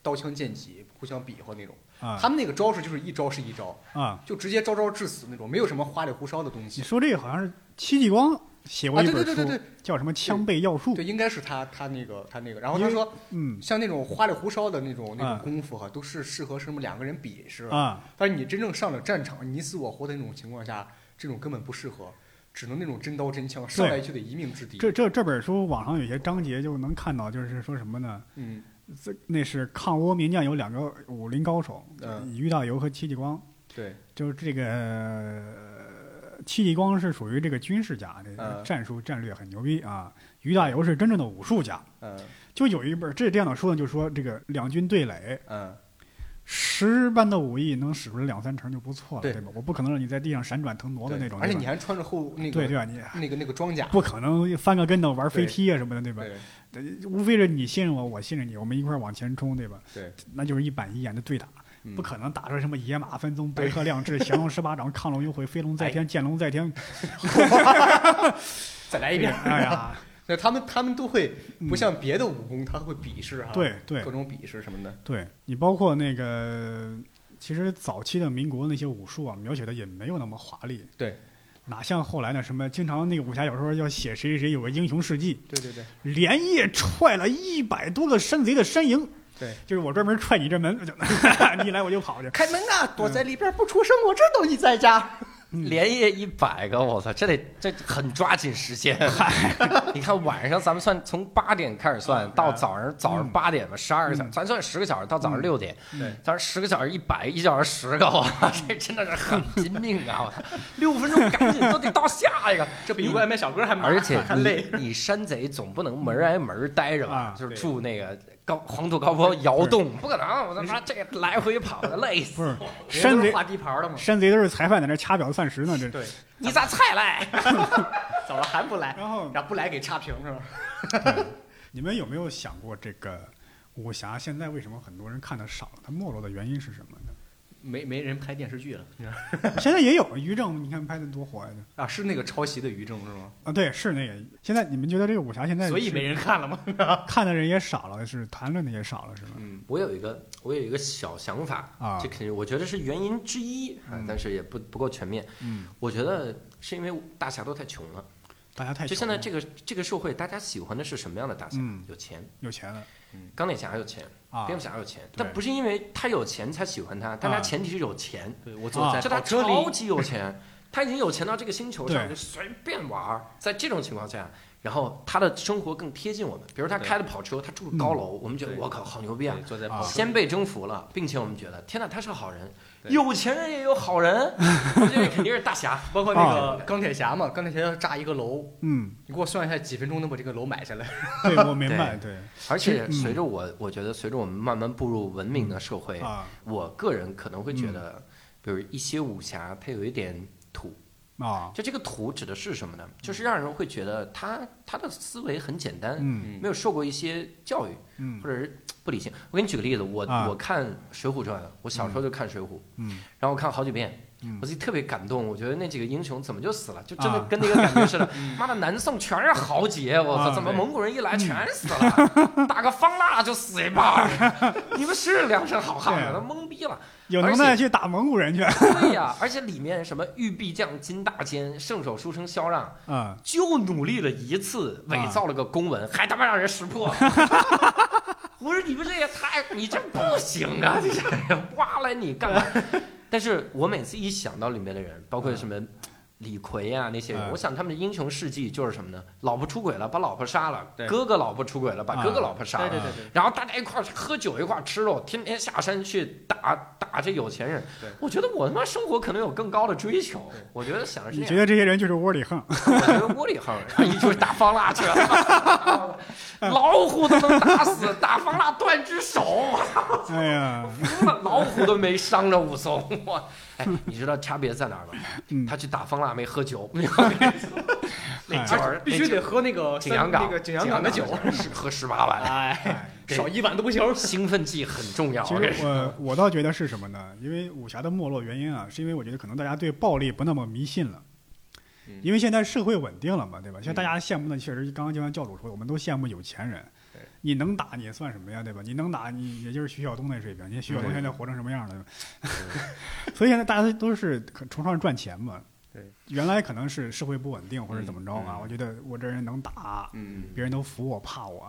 Speaker 3: 刀枪剑戟互相比划那种。
Speaker 1: 嗯啊
Speaker 3: 他们那个招式就是一招是一招，
Speaker 1: 啊！
Speaker 3: 就直接招招致死那种，没有什么花里胡哨的东
Speaker 1: 你
Speaker 3: 西。
Speaker 1: 说这个好像是戚继光写过
Speaker 3: 啊，
Speaker 1: 一
Speaker 3: 对
Speaker 1: 本
Speaker 3: 对
Speaker 1: 书，
Speaker 3: 对对对
Speaker 1: 叫什么《枪背要术》
Speaker 3: 对，应该是他他那个他那个。然后
Speaker 1: 因
Speaker 3: 他
Speaker 1: 为
Speaker 3: 说，
Speaker 1: 嗯
Speaker 3: 像那种花里胡哨的那种那
Speaker 1: 啊
Speaker 3: 种功夫哈，都是适合什么两个人比试，
Speaker 1: 啊
Speaker 3: 但是你真正上了战场，你死我活的那种情况下，这种根本不适合，只能那种真刀真枪，上来就得一命之敌。
Speaker 1: 这这这本书网上有些章节就能看到，就是说什么呢？
Speaker 3: 嗯，
Speaker 1: 这那是抗倭名将有两个武林高手，
Speaker 3: 嗯
Speaker 1: 于大猷和戚继光。
Speaker 3: 对，
Speaker 1: 就是这个呃戚继光是属于这个军事家，这个
Speaker 3: 嗯
Speaker 1: 战术战略很牛逼啊。于大猷是真正的武术家。
Speaker 3: 嗯
Speaker 1: 就有一本这这样的书呢，就说这个两军对垒，
Speaker 3: 嗯，
Speaker 1: 十般的武艺能使出两三成就不错了，
Speaker 3: 对
Speaker 1: 对吧？我不可能让你在地上闪转腾挪的
Speaker 3: 对
Speaker 1: 那种，
Speaker 3: 而且
Speaker 1: 对吧
Speaker 3: 你还穿着厚那
Speaker 1: 对对
Speaker 3: 个
Speaker 1: 吧？你
Speaker 3: 那个那个装甲，
Speaker 1: 不可能翻个跟头玩飞
Speaker 3: 对
Speaker 1: 踢啊什么的，对吧？
Speaker 3: 对
Speaker 1: 无非是你信任我，我信任你，我们一块儿往前冲，对吧？
Speaker 3: 对，
Speaker 1: 那就是一板一眼的对打，
Speaker 3: 嗯
Speaker 1: 不可能打出什么野马分鬃、白鹤亮翅、 降龙十八掌、亢龙有悔、飞龙
Speaker 3: 哎
Speaker 1: 在天、见龙在 天。
Speaker 3: 再来一遍。
Speaker 1: 哎呀，
Speaker 3: 那他们他们都会
Speaker 1: 嗯
Speaker 3: 不像别的武功，他会鄙视哈，
Speaker 1: 对对
Speaker 3: 各种鄙视什么的。
Speaker 1: 对，你包括那个，其实早期的民国那些武术啊，描写的也没有那么华丽。
Speaker 3: 对。
Speaker 1: 哪像后来呢？什么经常那个武侠小说要写谁谁谁有个英雄事迹，
Speaker 3: 对对对
Speaker 1: 连夜踹了一百多个山贼的山营，
Speaker 3: 对，
Speaker 1: 就是我专门踹你这门， 就你一来我就跑去。
Speaker 3: 开门啊！躲在里边不出声，我知道你在家。
Speaker 1: 嗯
Speaker 2: 连夜一百个，我操，这得这很抓紧时间。 你看晚上咱们算从八点开始算到早上早上八点吧，十二个小时，
Speaker 1: 嗯
Speaker 2: 咱算十个小时到早上
Speaker 1: 嗯
Speaker 2: 六点，
Speaker 3: 对，
Speaker 2: 早上十个小时一百，一小时十个，我操， 这真的是很拼命啊！我操， 六分钟赶紧都得到下一个，
Speaker 3: 这比外卖小哥还麻烦
Speaker 2: 而且
Speaker 3: 还累。
Speaker 2: 你你山贼总不能门挨门待着吧
Speaker 1: 啊？
Speaker 2: 就是
Speaker 3: 对
Speaker 2: 住那个高黄土高坡窑洞，不可能！我他妈这个来回跑的累
Speaker 1: 不
Speaker 2: 死！
Speaker 1: 是山
Speaker 3: 人家都
Speaker 1: 贼
Speaker 3: 是画地盘的嘛。
Speaker 1: 山贼都是裁判在那掐表算时呢，这。
Speaker 3: 对，
Speaker 2: 你咋才来？
Speaker 3: 怎么还不来？
Speaker 1: 然后
Speaker 3: 然后不来给差评是吧？
Speaker 1: 你们有没有想过这个武侠现在为什么很多人看的少了？它没落的原因是什么呢？
Speaker 3: 没没人拍电视剧了，你知道
Speaker 1: 现在也有于正，你看拍的多火呀！
Speaker 3: 啊？是那个抄袭的于正是吗？
Speaker 1: 啊，对，是那个。现在你们觉得这个武侠现在
Speaker 3: 所以没
Speaker 1: 是
Speaker 3: 人看了吗？
Speaker 1: 看的人也少了，是谈论的也少了，是吗？
Speaker 3: 嗯，
Speaker 2: 我有一个我有一个小想法
Speaker 1: 啊
Speaker 2: 这肯定我觉得是原因之一，啊
Speaker 1: 嗯
Speaker 2: 但是也不不够全面。
Speaker 1: 嗯，
Speaker 2: 我觉得是因为大侠都太穷了，
Speaker 1: 大家太
Speaker 2: 就现在
Speaker 1: 穷
Speaker 2: 这个这个社会，大家喜欢的是什么样的大侠
Speaker 1: 嗯？
Speaker 2: 有钱，
Speaker 1: 了有钱了
Speaker 2: 钢铁侠有钱，
Speaker 1: 啊
Speaker 2: 蝙蝠侠有钱，
Speaker 1: 对
Speaker 2: 但不是因为他有钱才喜欢他，但他
Speaker 1: 啊
Speaker 2: 前提是有钱。
Speaker 3: 对我
Speaker 1: 坐在
Speaker 2: 就他
Speaker 3: 车
Speaker 2: 超
Speaker 3: 里，
Speaker 2: 级有钱，他已经有钱到这个星球上
Speaker 1: 对
Speaker 2: 就随便玩儿，在这种情况下，然后他的生活更贴近我们。比如他
Speaker 4: 对
Speaker 2: 开的跑车，他住高
Speaker 1: 嗯
Speaker 2: 楼，我们觉得
Speaker 4: 对
Speaker 2: 我靠好牛逼啊！
Speaker 4: 对坐在
Speaker 1: 啊
Speaker 4: 跑车
Speaker 2: 先被征服了，并且我们觉得天哪，他是好人，
Speaker 4: 对
Speaker 2: 有钱人也有 好人，这肯定是大侠。
Speaker 3: 包括那个钢铁侠嘛，钢铁侠要炸一个楼，
Speaker 1: 嗯，
Speaker 3: 你给我算一下几分钟能把这个楼买下来。
Speaker 1: 对，我明白，对
Speaker 2: 而且
Speaker 1: 嗯
Speaker 2: 随着我，我觉得随着我们慢慢步入文明的社会，
Speaker 1: 啊嗯
Speaker 2: 我个人可能会觉得，比如一些武侠，它有一点土。
Speaker 1: 啊，
Speaker 2: 就这个土指的是什
Speaker 1: 嗯
Speaker 2: 么呢？就是让人会觉得他他的思维很简单，
Speaker 1: 嗯
Speaker 4: 嗯
Speaker 2: 没有受过一些教育，
Speaker 1: 嗯
Speaker 2: 或者是不理性。我给你举个例子，我
Speaker 1: 啊
Speaker 2: 我看《水浒传》，我小时候就看《水浒》，
Speaker 1: 嗯
Speaker 2: 然后我看好几遍
Speaker 1: 嗯。
Speaker 2: 我自己特别感动，我觉得那几个英雄怎么就死了，就真的
Speaker 1: 啊嗯
Speaker 2: 跟那个感觉 似的。妈的，南宋全是豪杰，我操，
Speaker 1: 啊
Speaker 2: 怎么
Speaker 4: 对
Speaker 2: 蒙古人一来全死
Speaker 1: 嗯
Speaker 2: 了， 打个方腊就死一半儿， 你们是良辰好汉
Speaker 1: 对啊
Speaker 2: 吗？都懵逼了。
Speaker 1: 有能
Speaker 2: 而
Speaker 1: 耐
Speaker 2: 且
Speaker 1: 去打蒙古人去，
Speaker 2: 对呀，而且里面什么玉臂将金大坚，圣手书生萧让，
Speaker 1: 嗯，
Speaker 2: 就努力了一次，伪造了个公
Speaker 4: 啊
Speaker 2: 文，还他妈让人识 破。我说你们这也太，你这不行啊！ 你这挖来你 干嘛？但是我每次一想到里面的人，包括什么
Speaker 4: 嗯
Speaker 2: 李逵啊那些人，
Speaker 1: 嗯
Speaker 2: 我想他们的英雄事迹就是什么呢？老婆出轨了，把老婆杀了
Speaker 4: 对；
Speaker 2: 哥哥老婆出轨了，把哥哥
Speaker 1: 啊
Speaker 2: 老婆杀
Speaker 4: 对
Speaker 2: 了。
Speaker 4: 对对对，
Speaker 2: 然后大家一块儿喝酒，一块儿吃肉，天天下山去打打这有钱人
Speaker 4: 对。
Speaker 2: 我觉得我他妈生活可能有更高的追求。我觉得想的是
Speaker 1: 你
Speaker 2: 这样
Speaker 1: 觉。得这些人就是窝里横，
Speaker 2: 我觉得窝里横，一就是打方腊去 了，老虎都能打死，打方腊断只手，
Speaker 1: 哎呀，
Speaker 2: 服了，老虎都没伤着武松。我，哎，你知道差别在哪儿吗？
Speaker 1: 嗯
Speaker 2: 他去打方腊没喝 酒，你知道吗那酒
Speaker 3: 而
Speaker 2: 儿
Speaker 3: 且哎必须
Speaker 2: 那酒
Speaker 3: 得喝那个
Speaker 2: 景阳
Speaker 3: 那
Speaker 2: 冈
Speaker 3: 个景阳冈的酒。嗯
Speaker 2: 是喝十八碗，
Speaker 3: 哎，
Speaker 2: 对
Speaker 3: 少一碗都不行。
Speaker 2: 兴奋剂很重要。
Speaker 1: 其
Speaker 2: 我跟你
Speaker 1: 实
Speaker 2: 说
Speaker 1: 我我倒觉得是什么呢？因为武侠的没落原因啊，是因为我觉得可能大家对暴力不那么迷信了
Speaker 4: 嗯。
Speaker 1: 因为现在社会稳定了嘛，对吧？现在大家羡慕的确实，刚刚就像教主说，我们都羡慕有钱人
Speaker 4: 对。
Speaker 1: 你能打你也算什么呀，对吧？你能打你也就是徐晓东那水平，你看徐晓东
Speaker 2: 对
Speaker 1: 现在活成什么样了？ 所以现在大家都是很崇尚赚钱嘛。
Speaker 4: 对，
Speaker 1: 原来可能是社会不稳定或者怎么着啊，
Speaker 4: 嗯嗯
Speaker 1: 我觉得我这人能打，
Speaker 4: 嗯
Speaker 1: 别人都服我怕我，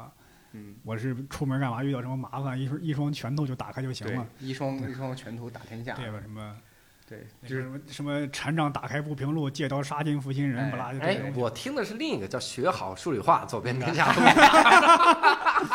Speaker 4: 嗯，
Speaker 1: 我是出门干嘛遇到什么麻烦，一双一双拳头就打开就行
Speaker 4: 对
Speaker 1: 了。
Speaker 3: 一双一双拳头打天下。
Speaker 1: 对吧？什么
Speaker 4: 对，
Speaker 1: 就
Speaker 4: 就
Speaker 1: 是
Speaker 4: 是
Speaker 1: 什么什么禅杖打开不平路，借刀杀尽负心人，
Speaker 3: 哎
Speaker 1: 不拉就这
Speaker 2: 哎
Speaker 1: 种，
Speaker 2: 我听的是另一个叫“学好数理化，走遍天下路
Speaker 3: 嗯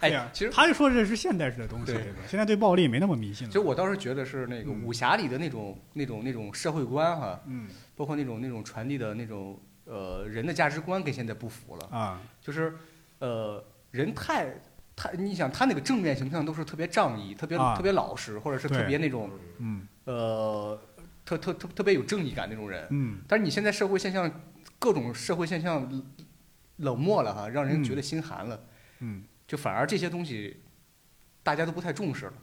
Speaker 1: 对呀，
Speaker 3: 其实
Speaker 1: 他就说这是现代式的东西，
Speaker 4: 对
Speaker 1: 对吧？现在对暴力没那么迷信
Speaker 3: 其
Speaker 1: 了
Speaker 3: 实。我倒是觉得是那个
Speaker 1: 嗯
Speaker 3: 武侠里的那种、那种、那种社会观哈、
Speaker 1: 嗯
Speaker 3: 包括那种那种传递的那种呃人的价值观跟现在不符了，
Speaker 1: 啊，
Speaker 3: 就是呃人太太你想他那个正面形象都是特别仗义、特别、
Speaker 1: 啊
Speaker 3: 特别老实，或者是
Speaker 1: 对
Speaker 3: 特别那种
Speaker 1: 嗯
Speaker 3: 呃特特特特别有正义感那种人。
Speaker 1: 嗯，
Speaker 3: 但是你现在社会现象各种社会现象冷冷漠了哈，让人觉得心寒了，
Speaker 1: 嗯，
Speaker 3: 就反而这些东西大家都不太重视了。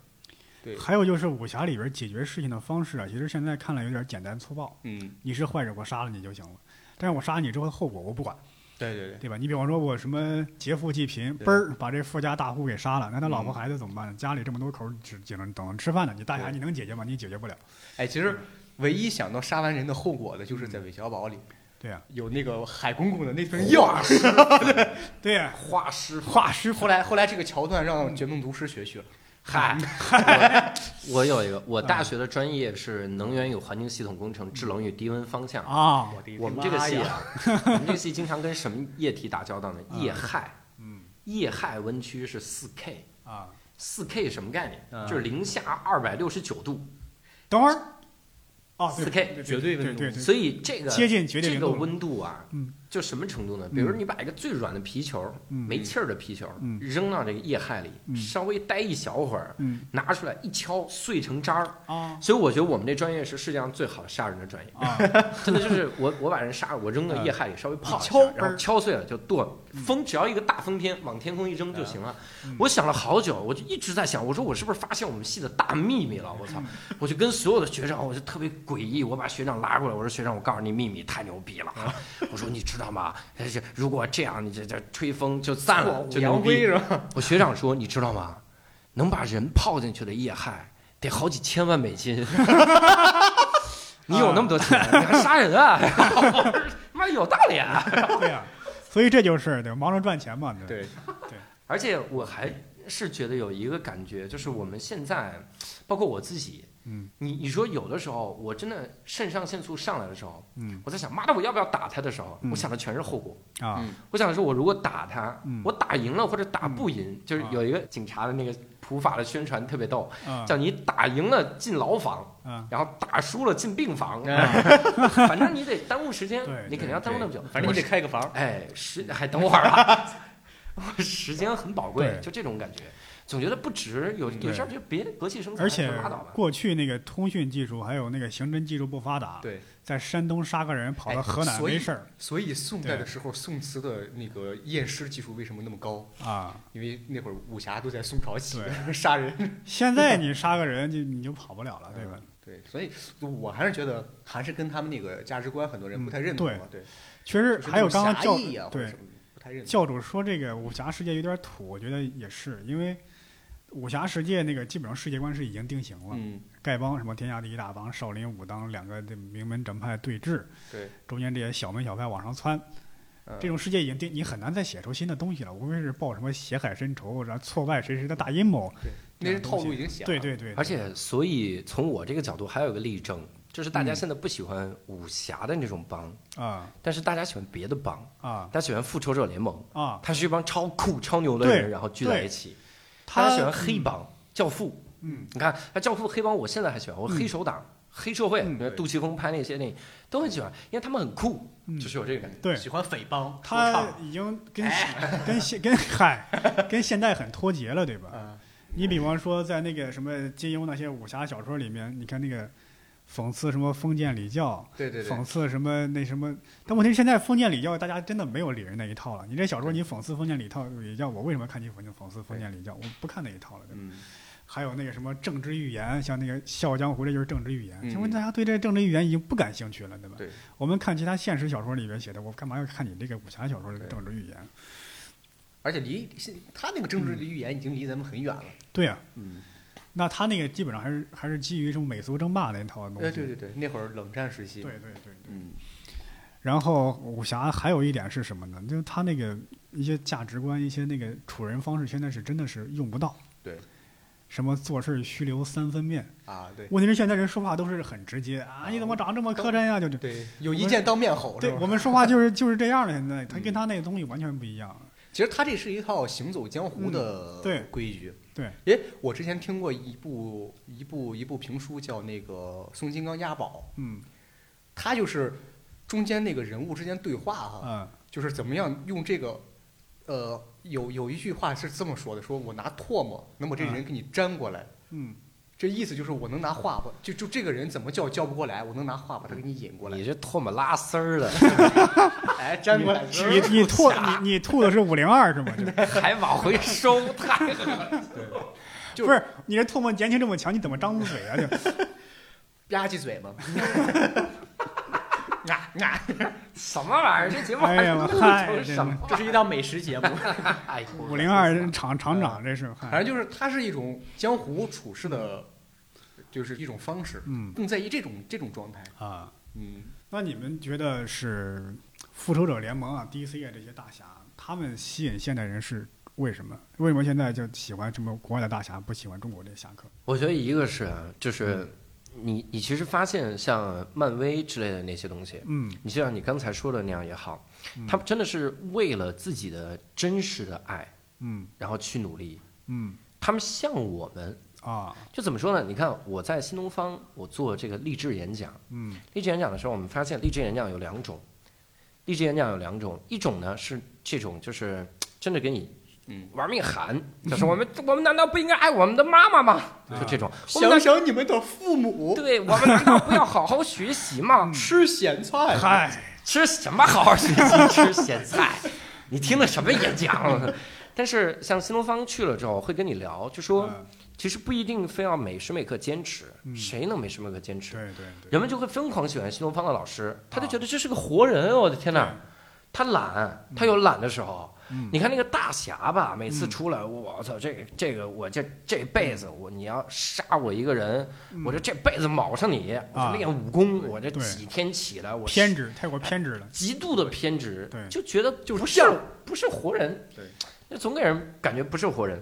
Speaker 3: 对
Speaker 1: 还有就是武侠里边解决事情的方式啊，其实现在看来有点简单粗暴。
Speaker 3: 嗯，
Speaker 1: 你是坏人，我杀了你就行了。但是我杀了你之后的后果我不管，
Speaker 3: 对对对，
Speaker 1: 对吧？你比方说我什么劫富济贫，
Speaker 3: 对
Speaker 1: 嘣儿把这富家大户给杀了，那他老婆
Speaker 3: 嗯
Speaker 1: 孩子怎么办呢？家里这么多口儿，只只能等着吃饭呢。你大侠
Speaker 3: 对
Speaker 1: 你能解决吗？你解决不了。
Speaker 3: 哎，
Speaker 1: 嗯
Speaker 3: 其实唯一想到杀完人的后果的，就是在韦小宝里。
Speaker 1: 对啊呀，
Speaker 3: 有那个海公公的那份 药。
Speaker 1: 对呀，
Speaker 2: 画师
Speaker 1: 画师
Speaker 3: 后来后来这个桥段让绝命毒师学习了。
Speaker 2: 嗨，我我有一个，
Speaker 1: 嗯
Speaker 2: 我大学的专业是能源与环境系统工程、制冷与低温方向。
Speaker 1: 啊，
Speaker 3: 的
Speaker 2: 我们这个系啊，我们这个系经常跟什么液体打交道呢？
Speaker 1: 嗯
Speaker 2: 液氦，
Speaker 1: 嗯
Speaker 2: 液氦温区是四 K，
Speaker 1: 啊，
Speaker 2: 四 K 什么概念？
Speaker 3: 嗯
Speaker 2: 就是零下二百六十九度，
Speaker 1: 等会儿，哦，对
Speaker 2: 4K
Speaker 1: 对
Speaker 3: 绝对温度
Speaker 1: 对对对，
Speaker 2: 所以这个
Speaker 1: 接近绝对
Speaker 2: 这
Speaker 1: 零
Speaker 2: 个
Speaker 1: 度了，
Speaker 2: 温度啊
Speaker 1: 嗯，
Speaker 2: 就什么程度呢？比如你把一个最软的皮球，
Speaker 1: 嗯
Speaker 2: 没气儿的皮球
Speaker 1: 嗯，
Speaker 2: 扔到这个液氦
Speaker 1: 嗯
Speaker 2: 里，稍微待一小会儿，
Speaker 1: 嗯
Speaker 2: 拿出来一敲，碎成渣儿。
Speaker 1: 啊
Speaker 2: 所以我觉得我们这专业是世界上最好的杀人的专业。
Speaker 1: 啊，
Speaker 2: 真的就是我我把人杀了，我扔到液氦里稍微泡一
Speaker 1: 嗯
Speaker 2: 下
Speaker 1: 敲嘣儿
Speaker 2: 然后敲碎了就剁
Speaker 1: 嗯，
Speaker 2: 风只要一个大风片往天空一扔就行了
Speaker 1: 嗯。
Speaker 2: 我想了好久，我就一直在想，我说我是不是发现我们系的大秘密了？我
Speaker 1: 嗯
Speaker 2: 操！我就跟所有的学长，我就特别诡异，我把学长拉过来，我说学长，我告诉你秘密，太牛逼了啊！
Speaker 1: 嗯
Speaker 2: 我说你知道吗？这这如果这样，你这这吹风就散了，就牛
Speaker 3: 杨
Speaker 2: 逼
Speaker 3: 威。是吧？
Speaker 2: 我学长说，你知道吗？能把人泡进去的液氦得好几千万美 金。你有那么多钱，你还杀人啊？ 我说妈有道理啊！
Speaker 1: 对呀，所以这就是对，忙着赚钱嘛，对，
Speaker 3: 对，
Speaker 2: 而且我还是觉得有一个感觉，就是我们现在，包括我自己，
Speaker 1: 嗯
Speaker 2: 你你说有的时候，我真的肾上腺素上来的时候，
Speaker 1: 嗯
Speaker 2: 我在想，妈的，我要不要打他的时候，
Speaker 1: 嗯
Speaker 2: 我想的全是后果。
Speaker 1: 啊，
Speaker 2: 我想的是，我如果打他，
Speaker 1: 嗯
Speaker 2: 我打赢了或者打不赢，就是
Speaker 1: 啊
Speaker 2: 有一个警察的那个普法的宣传特别逗，
Speaker 1: 啊
Speaker 2: 叫你打赢了进牢房，
Speaker 1: 啊，
Speaker 2: 然后打输了进病房，啊
Speaker 3: 嗯
Speaker 2: 反正你得耽误时间
Speaker 1: 对，
Speaker 2: 你肯定要耽误那么久。
Speaker 3: 反正
Speaker 2: 我
Speaker 3: 你得开个房。
Speaker 2: 哎，时还等会儿啊， 我时间很宝贵
Speaker 1: 对，
Speaker 2: 就这种感觉，总觉得不值，有有
Speaker 1: 对
Speaker 2: 事儿就别和气生财，
Speaker 1: 而且
Speaker 2: 就拉倒吧。
Speaker 1: 过去那个通讯技术还有那个刑侦技术不发达，
Speaker 3: 对，
Speaker 1: 在山东杀个人跑到
Speaker 3: 哎
Speaker 1: 河南
Speaker 3: 所以
Speaker 1: 没事儿
Speaker 3: 所以宋代的时候，宋词的那个验尸技术为什么那么高？
Speaker 1: 啊。
Speaker 3: 因为那会儿武侠都在宋朝起的， 杀人。
Speaker 1: 现在你杀个人就你就跑不了
Speaker 3: 嗯
Speaker 1: 了，对吧？
Speaker 3: 对，所以我还是觉得还是跟他们那个价值观，很多人不太认同啊。对，
Speaker 1: 其实
Speaker 3: 就是
Speaker 1: 嗯还有刚刚
Speaker 3: 那种
Speaker 1: 教
Speaker 3: 侠义啊，或者
Speaker 1: 对
Speaker 3: 什么不太认同。
Speaker 1: 教主说这个武侠世界有点土，我觉得也是，因为武侠世界那个基本上世界观是已经定型了，
Speaker 3: 嗯，
Speaker 1: 丐帮什么天下第一大帮，少林、武当两个这名门正派对峙，
Speaker 3: 对，
Speaker 1: 中间这些小门小派往上窜，
Speaker 3: 嗯
Speaker 1: 这种世界已经定，你很难再写出新的东西了，无非是报什么血海深仇，然后挫败谁谁的大阴谋，
Speaker 3: 那些套路已经写了。
Speaker 1: 对对对，
Speaker 2: 而且，所以从我这个角度还有一个例证，就是大家
Speaker 1: 嗯
Speaker 2: 现在不喜欢武侠的那种帮，
Speaker 1: 啊
Speaker 2: 但是大家喜欢别的帮，
Speaker 1: 啊
Speaker 2: 大家喜欢复仇者联盟，
Speaker 1: 啊，
Speaker 2: 他是一帮超酷超牛的
Speaker 1: 对
Speaker 2: 人，然后聚在
Speaker 1: 对
Speaker 2: 一起。大
Speaker 1: 他
Speaker 2: 家喜欢黑帮、教父，
Speaker 1: 嗯
Speaker 2: 你看，他教父黑帮，我现在还喜欢，我
Speaker 1: 嗯
Speaker 2: 黑手党、黑社会，
Speaker 1: 嗯
Speaker 2: 你看杜琪峰拍那些电影都很喜欢，因为他们很酷，
Speaker 1: 嗯
Speaker 2: 就是有这个感觉。
Speaker 1: 对
Speaker 3: 喜欢匪帮，
Speaker 1: 他已经跟
Speaker 3: 哎
Speaker 1: 跟现跟嗨跟现代很脱节了，对吧？
Speaker 3: 啊，
Speaker 1: 你比方说，在那个什么金庸那些武侠小说里面，你看那个讽刺什么封建礼教，
Speaker 3: 对对对
Speaker 1: 讽，刺什么那什么，但问题是现在封建礼教大家真的没有理人那一套了。你这小说你讽刺封建礼教，礼教我为什么看你讽讽刺封建礼教？我不看那一套了。对吧
Speaker 3: 嗯，
Speaker 1: 还有那个什么政治寓言，像那个《笑傲江湖》，这就是政治寓言。
Speaker 3: 嗯
Speaker 1: 请问大家对这政治寓言已经不感兴趣了，对吧？
Speaker 3: 对
Speaker 1: 我们看其他现实小说里边写的，我干嘛要看你这个武侠小说的
Speaker 3: 对
Speaker 1: 政治寓言？
Speaker 3: 而且离现他那个政
Speaker 1: 嗯
Speaker 3: 治语言已经离咱们很远了。
Speaker 1: 对呀、
Speaker 3: 嗯，
Speaker 1: 那他那个基本上还是还是基于什么美苏争霸那一套东西。
Speaker 3: 哎，对对对，那会儿冷战时期。
Speaker 1: 对对对对。
Speaker 3: 嗯，
Speaker 1: 然后武侠还有一点是什么呢？就是他那个一些价值观、一些那个处人方式，现在是真的是用不到。
Speaker 3: 对。
Speaker 1: 什么做事须留三分面？
Speaker 3: 啊，对
Speaker 1: 问题是现在人说话都是很直接啊！你怎么长得这么磕碜呀？就就
Speaker 3: 对，有意见当面吼，
Speaker 1: 对
Speaker 3: 是吧
Speaker 1: 我们说话就是就是这样的。现在他
Speaker 3: 嗯
Speaker 1: 跟他那个东西完全不一样。
Speaker 3: 其实他这是一套行走江湖的
Speaker 1: 嗯对
Speaker 3: 规矩。
Speaker 1: 对
Speaker 3: 因为我之前听过一部一部一部评书叫那个《宋金刚押宝
Speaker 1: 嗯》，
Speaker 3: 他就是中间那个人物之间对话哈、
Speaker 1: 啊
Speaker 3: 就是怎么样用这个，呃，有有一句话是这么说的：说我拿唾沫能把这
Speaker 1: 啊
Speaker 3: 人给你粘过来。
Speaker 1: 嗯
Speaker 3: 这意思就是我能拿话把就就这个人怎么叫叫不过来，我能拿话把他给你引过来
Speaker 2: 你，这唾沫拉丝儿的，
Speaker 3: 哎，粘过来。
Speaker 1: 你你吐你你吐的是五零二是吗？这
Speaker 2: 还往回收，太狠了
Speaker 3: 就
Speaker 1: 不是你这唾沫粘性这么强，你怎么张嘴啊？就
Speaker 3: 吧唧嘴嘛，啊啊！
Speaker 2: 什么玩意儿？这节目
Speaker 1: 哎
Speaker 2: 还
Speaker 1: 呀
Speaker 2: 录
Speaker 1: 我嗨
Speaker 2: 成什么？
Speaker 3: 这是一档美食节目，
Speaker 2: 哎呦
Speaker 1: 五零二厂厂长这是。
Speaker 2: 哎
Speaker 3: 反正就是它是一种江湖处事的，就是一种方式，
Speaker 1: 嗯
Speaker 3: 更在意这种这种状态。
Speaker 1: 啊。
Speaker 3: 嗯，
Speaker 1: 那你们觉得是复仇者联盟啊、DC 啊这些大侠，他们吸引现代人是为什么？为什么现在就喜欢什么国外的大侠，不喜欢中国这些侠客？
Speaker 2: 我觉得一个是啊
Speaker 1: 嗯
Speaker 2: 就是你你其实发现像漫威之类的那些东西，
Speaker 1: 嗯
Speaker 2: 你就像你刚才说的那样也好
Speaker 1: 嗯，
Speaker 2: 他们真的是为了自己的真实的爱，
Speaker 1: 嗯
Speaker 2: 然后去努力。
Speaker 1: 嗯
Speaker 2: 他们像我们，
Speaker 1: 啊
Speaker 2: 就怎么说呢？你看我在新东方，我做这个励志演讲，
Speaker 1: 嗯
Speaker 2: 励志演讲的时候，我们发现励志演讲有两种，励志演讲有两种，一种呢是这种就是真的给你。
Speaker 3: 嗯
Speaker 2: 玩命喊，就是我们，我们难道不应该爱我们的妈妈吗？
Speaker 1: 啊
Speaker 2: 就这种，我们
Speaker 3: 想
Speaker 2: 难
Speaker 3: 想你们的父母
Speaker 2: 对我们难道不要好好学习吗？
Speaker 3: 吃咸
Speaker 2: 哎
Speaker 3: 菜，
Speaker 1: 嗨
Speaker 2: 吃什么好好学习？吃咸菜？你听的什么演讲？但是像新东方去了之后，会跟你聊，就说
Speaker 1: 嗯
Speaker 2: 其实不一定非要每时每刻坚持，
Speaker 1: 嗯
Speaker 2: 谁能每时每刻坚持？
Speaker 1: 对对对
Speaker 2: 人们就会疯狂喜欢新东方的老师，他就
Speaker 1: 啊
Speaker 2: 觉得这是个活人，啊我的天
Speaker 1: 对
Speaker 2: 哪！他懒，他有懒的时候。
Speaker 1: 嗯
Speaker 2: 你看那个大侠吧，每次
Speaker 1: 嗯
Speaker 2: 出来，我操，这个这个我这这辈子我你要杀我一个人，
Speaker 1: 嗯
Speaker 2: 我这这辈子卯上你，我
Speaker 1: 啊
Speaker 2: 就练武功，我这
Speaker 1: 对
Speaker 2: 几天起来，我
Speaker 1: 偏执太过偏执了，
Speaker 2: 极度的偏执
Speaker 1: 对，
Speaker 2: 就觉得
Speaker 3: 就是
Speaker 2: 不
Speaker 3: 犟
Speaker 2: 不是活人，
Speaker 3: 对，
Speaker 2: 那总给人感觉不是活人。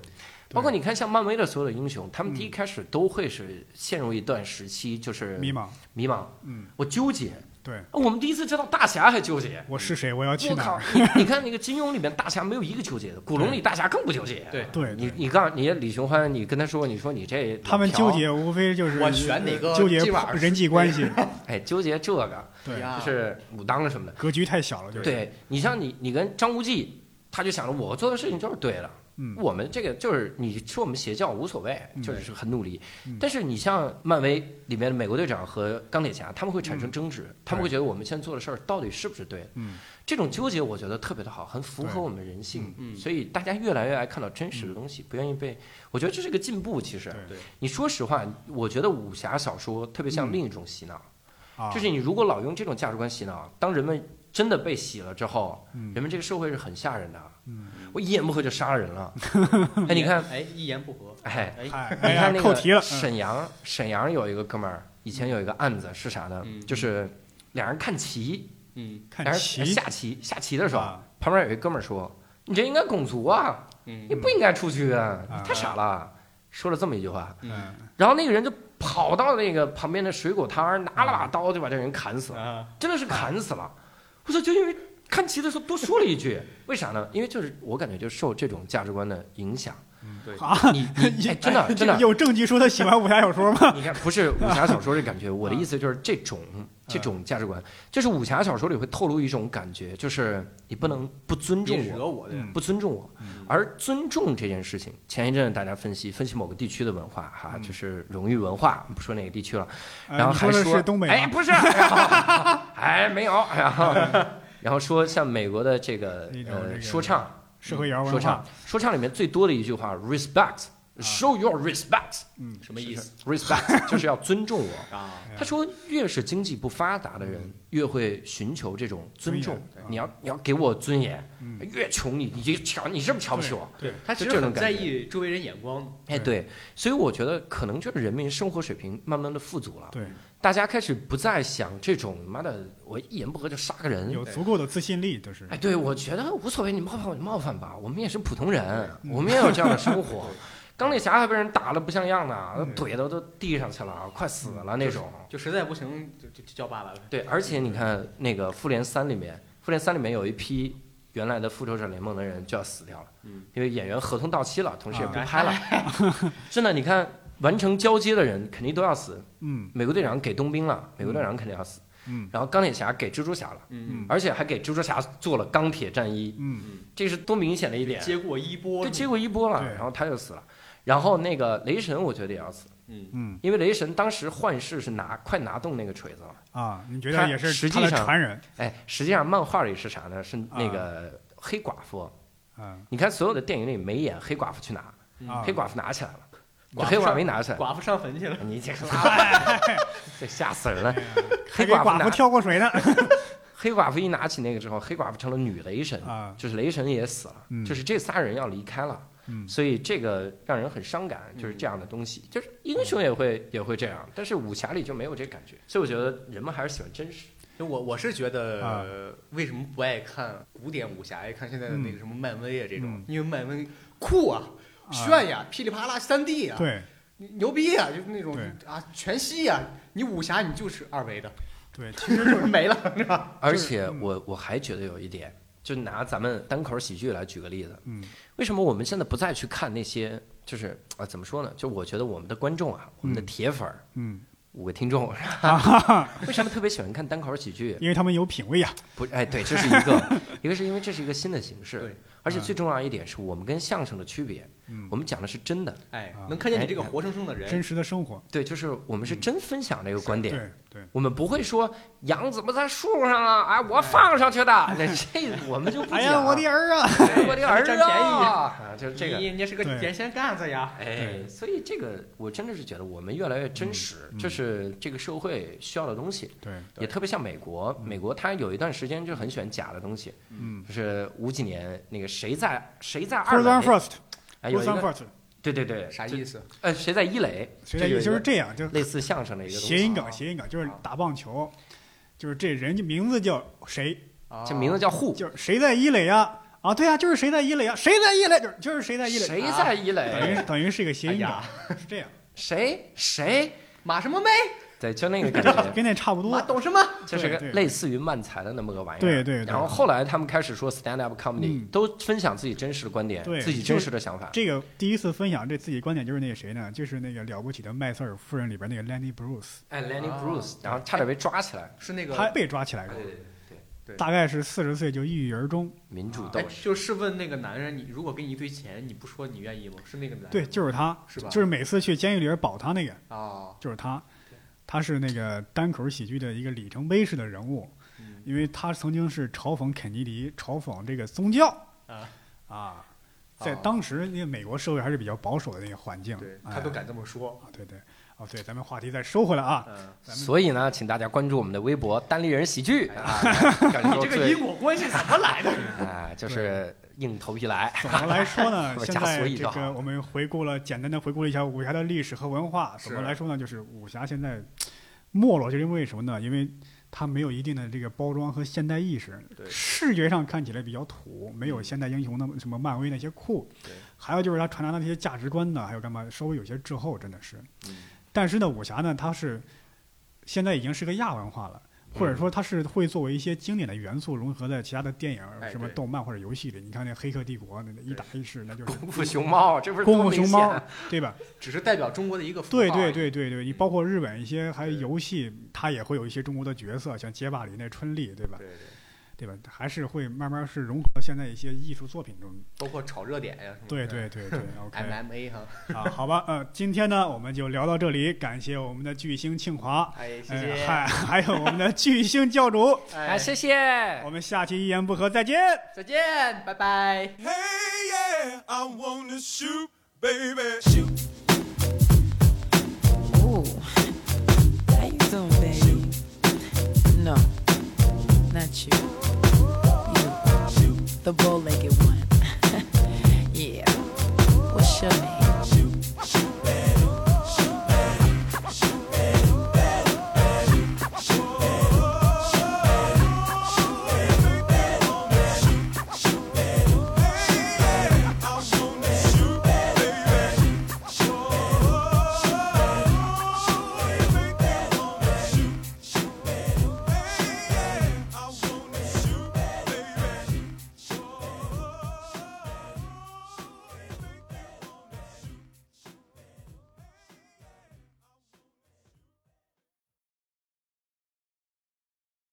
Speaker 2: 包括你看像漫威的所有的英雄，他们第一开始都会是陷入一段时期，就是
Speaker 1: 迷茫，
Speaker 2: 迷茫，
Speaker 1: 嗯，
Speaker 2: 我纠结。啊
Speaker 1: 对，
Speaker 2: 我们第一次知道大侠还纠结，
Speaker 1: 我是谁，我要去
Speaker 2: 我
Speaker 1: 哪
Speaker 2: 靠
Speaker 1: 儿？！
Speaker 2: 你你看那个金庸里面大侠没有一个 纠结的，古龙里大侠更不纠结。
Speaker 3: 对
Speaker 1: 对，
Speaker 2: 你你告诉你李寻欢，你跟他说，你说你这
Speaker 1: 他们
Speaker 2: 老
Speaker 1: 纠
Speaker 2: 朴，
Speaker 1: 结无非就是
Speaker 3: 我选哪个
Speaker 1: 纠结
Speaker 3: 今晚儿
Speaker 1: 人际关 系，
Speaker 2: 哎，纠结这个
Speaker 1: 对，
Speaker 3: 呀
Speaker 2: 就是武当什么的。
Speaker 1: 格局太小了，就是
Speaker 2: 对你像你你跟张无忌，他就想着我做的事情就是对的，
Speaker 1: 嗯
Speaker 2: 我们这个就是你说我们邪教无所谓，
Speaker 1: 嗯
Speaker 2: 就是很努力
Speaker 1: 嗯。
Speaker 2: 但是你像漫威里面的美国队长和钢铁侠，他们会产生争执，他们会觉得我们现在做的事儿到底是不是对的？
Speaker 1: 嗯，
Speaker 2: 这种纠结我觉得特别的好，很符合
Speaker 1: 对
Speaker 2: 我们人性。
Speaker 3: 嗯
Speaker 2: 所以大家越来越爱看到真实的东西，不愿意被。我觉得这是个进步。其实
Speaker 1: 嗯对，
Speaker 3: 对
Speaker 2: 你说实话，我觉得武侠小说特别像
Speaker 1: 嗯
Speaker 2: 另一种洗脑，
Speaker 1: 啊，
Speaker 2: 就是你如果老用这种价值观洗脑，当人们真的被洗了之后，
Speaker 1: 嗯
Speaker 2: 人们这个社会是很吓人的。
Speaker 1: 嗯，
Speaker 2: 我一言不合就杀人了。哎，你看，
Speaker 3: 哎，一言不合，
Speaker 2: 哎，
Speaker 3: 哎，
Speaker 1: 哎
Speaker 2: 你
Speaker 1: 哎呀
Speaker 2: 看，那
Speaker 1: 扣
Speaker 2: 个
Speaker 1: 题了，嗯
Speaker 2: 沈阳，沈阳有一个哥们儿，以前有一个案子是啥呢？
Speaker 3: 嗯
Speaker 2: 就是俩人看棋，
Speaker 3: 嗯
Speaker 2: 俩
Speaker 1: 看
Speaker 2: 人呃
Speaker 1: 棋
Speaker 2: 下棋，下棋的时候，
Speaker 1: 啊，
Speaker 2: 旁边有一哥们儿说：“你这应该拱卒啊，
Speaker 3: 嗯
Speaker 2: 你不应该出去啊，
Speaker 1: 嗯
Speaker 2: 你太傻了。”说了这么一句话，
Speaker 3: 嗯
Speaker 1: 嗯，
Speaker 2: 然后那个人就跑到那个旁边的水果摊儿，拿了把
Speaker 1: 嗯
Speaker 2: 刀就把这人砍死了，
Speaker 3: 啊，
Speaker 2: 真的是砍死了。我说就因为看棋的时候多说了一句， 为啥呢？因为就是我感觉就受这种价值观的影响，
Speaker 3: 对，
Speaker 2: 你 你哎真的
Speaker 1: 这
Speaker 2: 真的，
Speaker 1: 有证据说他喜欢武侠小说吗？
Speaker 2: 你看，不是武侠小说这感觉，我的意思就是这种这种价值观，就是武侠小说里会透露一种感觉，就是你不能不尊重
Speaker 3: 别
Speaker 2: 我，
Speaker 3: 惹我的，
Speaker 1: 嗯
Speaker 2: 不尊重我
Speaker 1: 嗯。
Speaker 2: 而尊重这件事情，前一阵子大家分析分析某个地区的文化哈，
Speaker 1: 嗯
Speaker 2: 就是荣誉文化，不说哪个地区了，
Speaker 1: 呃
Speaker 2: 然后
Speaker 1: 你
Speaker 2: 还
Speaker 1: 说的是东北
Speaker 2: 哎，
Speaker 1: 吗？
Speaker 2: 不是，然后哎，没有，然后然后说像美国的这个
Speaker 1: 那种这
Speaker 2: 呃
Speaker 1: 个
Speaker 2: 说唱，
Speaker 1: 社会摇
Speaker 2: 说
Speaker 1: 文
Speaker 2: 唱
Speaker 1: 化，，啊
Speaker 2: 说唱里面最多的一句话，respect，show your respect，
Speaker 1: 嗯，
Speaker 3: 什么意思
Speaker 2: ？respect 就是要尊重我。
Speaker 3: 啊？
Speaker 1: 哎
Speaker 2: 他说，越是经济不发达的人，越会寻求这种尊重
Speaker 1: 嗯尊严。啊
Speaker 2: 你要你要给我尊严，
Speaker 1: 嗯
Speaker 2: 越穷你你就瞧你是不是瞧不起我？
Speaker 1: 对，
Speaker 3: 他其
Speaker 2: 就这
Speaker 3: 实
Speaker 2: 种
Speaker 3: 很
Speaker 2: 感
Speaker 3: 在
Speaker 2: 觉
Speaker 3: 意周围人眼光的，
Speaker 2: 哎，对，所以我觉得可能就是人民生活水平慢慢的富足了，
Speaker 1: 对，
Speaker 2: 大家开始不再想这种妈的我一言不合就杀个人。
Speaker 1: 有足够的自信力，就是
Speaker 2: 嗯哎，对，我觉得无所谓，你冒犯我就冒犯吧，我们也是普通人，我们也有这样的生活。钢铁侠还被人打的不像样呢，
Speaker 1: 嗯
Speaker 2: 怼的都地上去了，快死了那种。
Speaker 3: 就实在不行就就就叫爸爸了。
Speaker 2: 对，而且你看那个《复联三》里面，《复联三》里面有一批原来的复仇者联盟的人就要死掉了，
Speaker 3: 嗯，
Speaker 2: 因为演员合同到期了，同时也不
Speaker 3: 啊
Speaker 2: 拍了。真的，你看完成交接的人肯定都要死，
Speaker 1: 嗯
Speaker 2: 美国队长给冬兵了，美国队长肯定要死，
Speaker 1: 嗯
Speaker 2: 然后钢铁侠给蜘蛛侠了，
Speaker 3: 嗯，
Speaker 2: 而且还给蜘蛛侠做了钢铁战衣，
Speaker 1: 嗯
Speaker 2: 这是多明显的一点，
Speaker 3: 接过衣钵，
Speaker 2: 就接过一波了，
Speaker 1: 对
Speaker 2: 然后他就死了。然后那个雷神，我觉得也要死，
Speaker 3: 嗯，
Speaker 1: 嗯
Speaker 2: 因为雷神当时幻视是拿快拿动那个锤子了。
Speaker 1: 啊，你觉
Speaker 2: 他
Speaker 1: 得也是
Speaker 2: 实
Speaker 1: 他
Speaker 2: 际
Speaker 1: 的
Speaker 2: 上
Speaker 1: 传人，
Speaker 2: 哎，实际上漫画里是啥呢？是那
Speaker 1: 啊
Speaker 2: 个黑寡妇。
Speaker 1: 嗯
Speaker 2: 你看所有的电影里没演黑寡妇去拿，
Speaker 1: 啊
Speaker 2: 嗯黑，寡妇拿起来了，
Speaker 3: 寡妇
Speaker 2: 黑寡
Speaker 3: 上
Speaker 2: 没拿起来。
Speaker 3: 寡妇上坟去了，
Speaker 2: 你这个拉倒， 这吓死人了！
Speaker 1: 还
Speaker 2: 黑
Speaker 1: 给
Speaker 2: 寡
Speaker 1: 寡
Speaker 2: 妇
Speaker 1: 妇
Speaker 2: 拿
Speaker 1: 跳过 水呢
Speaker 2: 黑寡妇一拿起那个之后，黑寡妇成了女雷神，
Speaker 1: 啊，
Speaker 2: 就是雷神也死了，
Speaker 1: 嗯
Speaker 2: 就是这仨人要离开了，
Speaker 1: 嗯
Speaker 2: 所以这个让人很伤感，就是这样的东西，就是英雄也会也会这样，但是武侠里就没有这感觉，所以我觉得人们还是喜欢真实。
Speaker 3: 就我我是觉得、
Speaker 1: 啊
Speaker 3: 呃为什么不爱看古典武侠，爱看现在的那个什么漫威啊这种，
Speaker 1: 嗯
Speaker 3: 因为漫威酷啊、
Speaker 1: 啊
Speaker 3: 炫呀、噼里啪啦三 D 呀、
Speaker 1: 对
Speaker 3: 牛逼呀、就是那种
Speaker 1: 对
Speaker 3: 啊全息呀、你武侠你就是二维的，
Speaker 1: 对，
Speaker 3: 其实就是没了，是吧？
Speaker 2: 而且
Speaker 1: 嗯
Speaker 2: 我我还觉得有一点，就拿咱们单口喜剧来举个例子，
Speaker 1: 嗯
Speaker 2: 为什么我们现在不再去看那些，就是啊、怎么说呢？就我觉得我们的观众啊，我们的铁粉儿、
Speaker 1: 嗯，
Speaker 2: 五个 听众，为什么特别喜欢看单口喜剧？
Speaker 1: 因为他们有品位呀，
Speaker 2: 不，哎，对，这是一个，一个是因为这是一个新的形式
Speaker 3: 对，
Speaker 2: 而且最重要一点是我们跟相声的区别，
Speaker 1: 嗯
Speaker 2: 我，们讲的是真的，
Speaker 3: 哎
Speaker 1: 啊，
Speaker 3: 能看见你这个活生生的人，
Speaker 1: 真实的生活，
Speaker 2: 对，就是我们是真分享这个观点。
Speaker 1: 对对，
Speaker 2: 我们不会说羊怎么在树上啊？哎，我放上去的，那这我们就不讲。
Speaker 1: 哎呀，我的儿啊，
Speaker 2: 哎我的儿子
Speaker 3: 占便宜
Speaker 2: 啊，就是这个。
Speaker 3: 你你是个
Speaker 1: 对
Speaker 3: 点线杆子呀，
Speaker 2: 哎，所以这个我真的是觉得我们越来越真实，
Speaker 1: 嗯嗯
Speaker 2: 这是这个社会需要的东西，
Speaker 1: 对，
Speaker 3: 对
Speaker 2: 也特别像美国。美国它有一段时间就很喜欢假的东西，
Speaker 1: 嗯
Speaker 2: 就是五几年那个谁在谁在
Speaker 1: p e
Speaker 2: 二
Speaker 1: r s o n
Speaker 2: 垒，
Speaker 1: first，p
Speaker 2: 哎
Speaker 1: e
Speaker 2: 有
Speaker 1: r
Speaker 2: 一
Speaker 1: s o n
Speaker 2: 个
Speaker 1: first，
Speaker 2: 对对对，
Speaker 3: 啥
Speaker 2: 就
Speaker 3: 意思？
Speaker 2: 呃，谁在一垒，
Speaker 1: 所
Speaker 2: 这有
Speaker 1: 以
Speaker 2: 一
Speaker 1: 就是
Speaker 2: 个
Speaker 1: 这样，就
Speaker 2: 类似相声的一个东
Speaker 1: 谐
Speaker 2: 西，啊
Speaker 1: 音梗，谐音梗就是打棒球，就是这人家名字叫谁，
Speaker 3: 哦
Speaker 2: 这名字叫
Speaker 1: 就是谁在一垒啊？啊，对啊，就是谁在一垒啊，谁在一垒，就是就是谁在一垒，啊
Speaker 2: 谁在一
Speaker 1: 等于
Speaker 2: 垒？
Speaker 1: 等于是一个谐
Speaker 3: 哎
Speaker 1: 音
Speaker 3: 呀
Speaker 1: 梗，是这样，
Speaker 2: 谁谁？
Speaker 3: 马什么妹？
Speaker 2: 对，就那个 感 觉。
Speaker 1: 跟那差不多
Speaker 3: 马。懂什么？
Speaker 2: 就是个
Speaker 1: 对对
Speaker 2: 类似于漫才的那么个玩意儿。
Speaker 1: 对对对
Speaker 2: 然后后来他们开始说 stand up comedy，、
Speaker 1: 嗯
Speaker 2: 都分享自己真实的观点，
Speaker 1: 对
Speaker 2: 自己真实的想法。
Speaker 1: 这个第一次分享这自己观点就是那个谁呢？就是那个了不起的麦瑟尔夫人里边那个 Lenny Bruce，
Speaker 2: 哎，Lenny
Speaker 3: 啊
Speaker 2: Bruce，、然后差点被抓起来。
Speaker 3: 是那
Speaker 1: 他
Speaker 3: 个，
Speaker 1: 被抓起来
Speaker 2: 对
Speaker 1: 过
Speaker 2: 哎对，对对，
Speaker 1: 大概是四十岁就抑郁而终。
Speaker 2: 民主斗
Speaker 3: 哎，
Speaker 2: 士。
Speaker 3: 就试问那个男人，你如果给你一堆钱，你不说你愿意吗？是那个男人
Speaker 1: 对，就是他，
Speaker 3: 是吧
Speaker 1: 就是每次去监狱里边保他那个，
Speaker 3: 啊，
Speaker 1: 就是他，他是那个单口喜剧的一个里程碑式的人物，
Speaker 3: 嗯
Speaker 1: 因为他曾经是嘲讽肯尼迪，嘲讽这个宗教
Speaker 3: 啊
Speaker 1: 啊在
Speaker 3: 啊
Speaker 1: 当时那个美国社会还是比较保守的那个环境，
Speaker 3: 对
Speaker 1: 哎
Speaker 3: 他都敢这么说，
Speaker 1: 啊，对对，哦对，咱们话题再收回来啊，
Speaker 3: 嗯，
Speaker 1: 咱们
Speaker 2: 所以呢，请大家关注我们的微博“单立人喜剧”啊，感受
Speaker 3: 哎 你这个
Speaker 2: 最
Speaker 3: 因果关系怎么来的？
Speaker 2: 啊，就是硬头皮来。
Speaker 1: 总的来说 呢，
Speaker 2: 我
Speaker 1: 现
Speaker 2: 加
Speaker 1: 在
Speaker 2: 索一
Speaker 1: 这
Speaker 2: 道
Speaker 1: 个我们回顾了，简单的回顾了一下武侠的历史和文化。总的
Speaker 3: 是
Speaker 1: 来说呢，就是武侠现在没落，就是因为什么呢？因为它没有一定的这个包装和现代意识，
Speaker 3: 对
Speaker 1: 视觉上看起来比较土，没有
Speaker 3: 嗯
Speaker 1: 现代英雄那么什么漫威那些酷
Speaker 3: 对。
Speaker 1: 还有就是它传达的那些价值观呢，还有干嘛，稍微有些滞后，真的是。
Speaker 3: 嗯
Speaker 1: 但是呢，武侠呢，它是现在已经是个亚文化了。或者说它是会作为一些经典的元素融合在其他的电影、
Speaker 3: 哎
Speaker 1: 什么
Speaker 3: 对
Speaker 1: 动漫或者游戏里。你看那《黑客帝国》，那那一打一式，那就是
Speaker 2: 功夫熊猫，这不是
Speaker 1: 功
Speaker 2: 多
Speaker 1: 夫
Speaker 2: 明
Speaker 1: 熊猫
Speaker 2: 显，啊
Speaker 1: 对吧？
Speaker 3: 只是代表中国的一 个符号
Speaker 1: 对
Speaker 3: 而已。
Speaker 1: 对对对对，你包括日本一些还有游戏，它也会有一些中国的角色，像街霸里那春丽，对吧？
Speaker 3: 对对，
Speaker 1: 对吧？还是会慢慢是融合到现在一些艺术作品中。
Speaker 3: 包括炒热点呀，什么
Speaker 1: 对
Speaker 3: 的
Speaker 1: 对对对，OK
Speaker 3: ，MMA 哈，
Speaker 1: 啊，好吧，呃，今天呢我们就聊到这里，感谢我们的巨星庆华，
Speaker 3: 哎，谢
Speaker 1: 呃
Speaker 3: 谢，
Speaker 1: 还 还有我们的巨星教主，
Speaker 2: 哎，
Speaker 3: 哎，
Speaker 2: 谢谢，
Speaker 1: 我们下期一言不合再见。
Speaker 3: 再见，拜拜。
Speaker 4: Hey, yeah, I wanna shoot, baby. Shoot,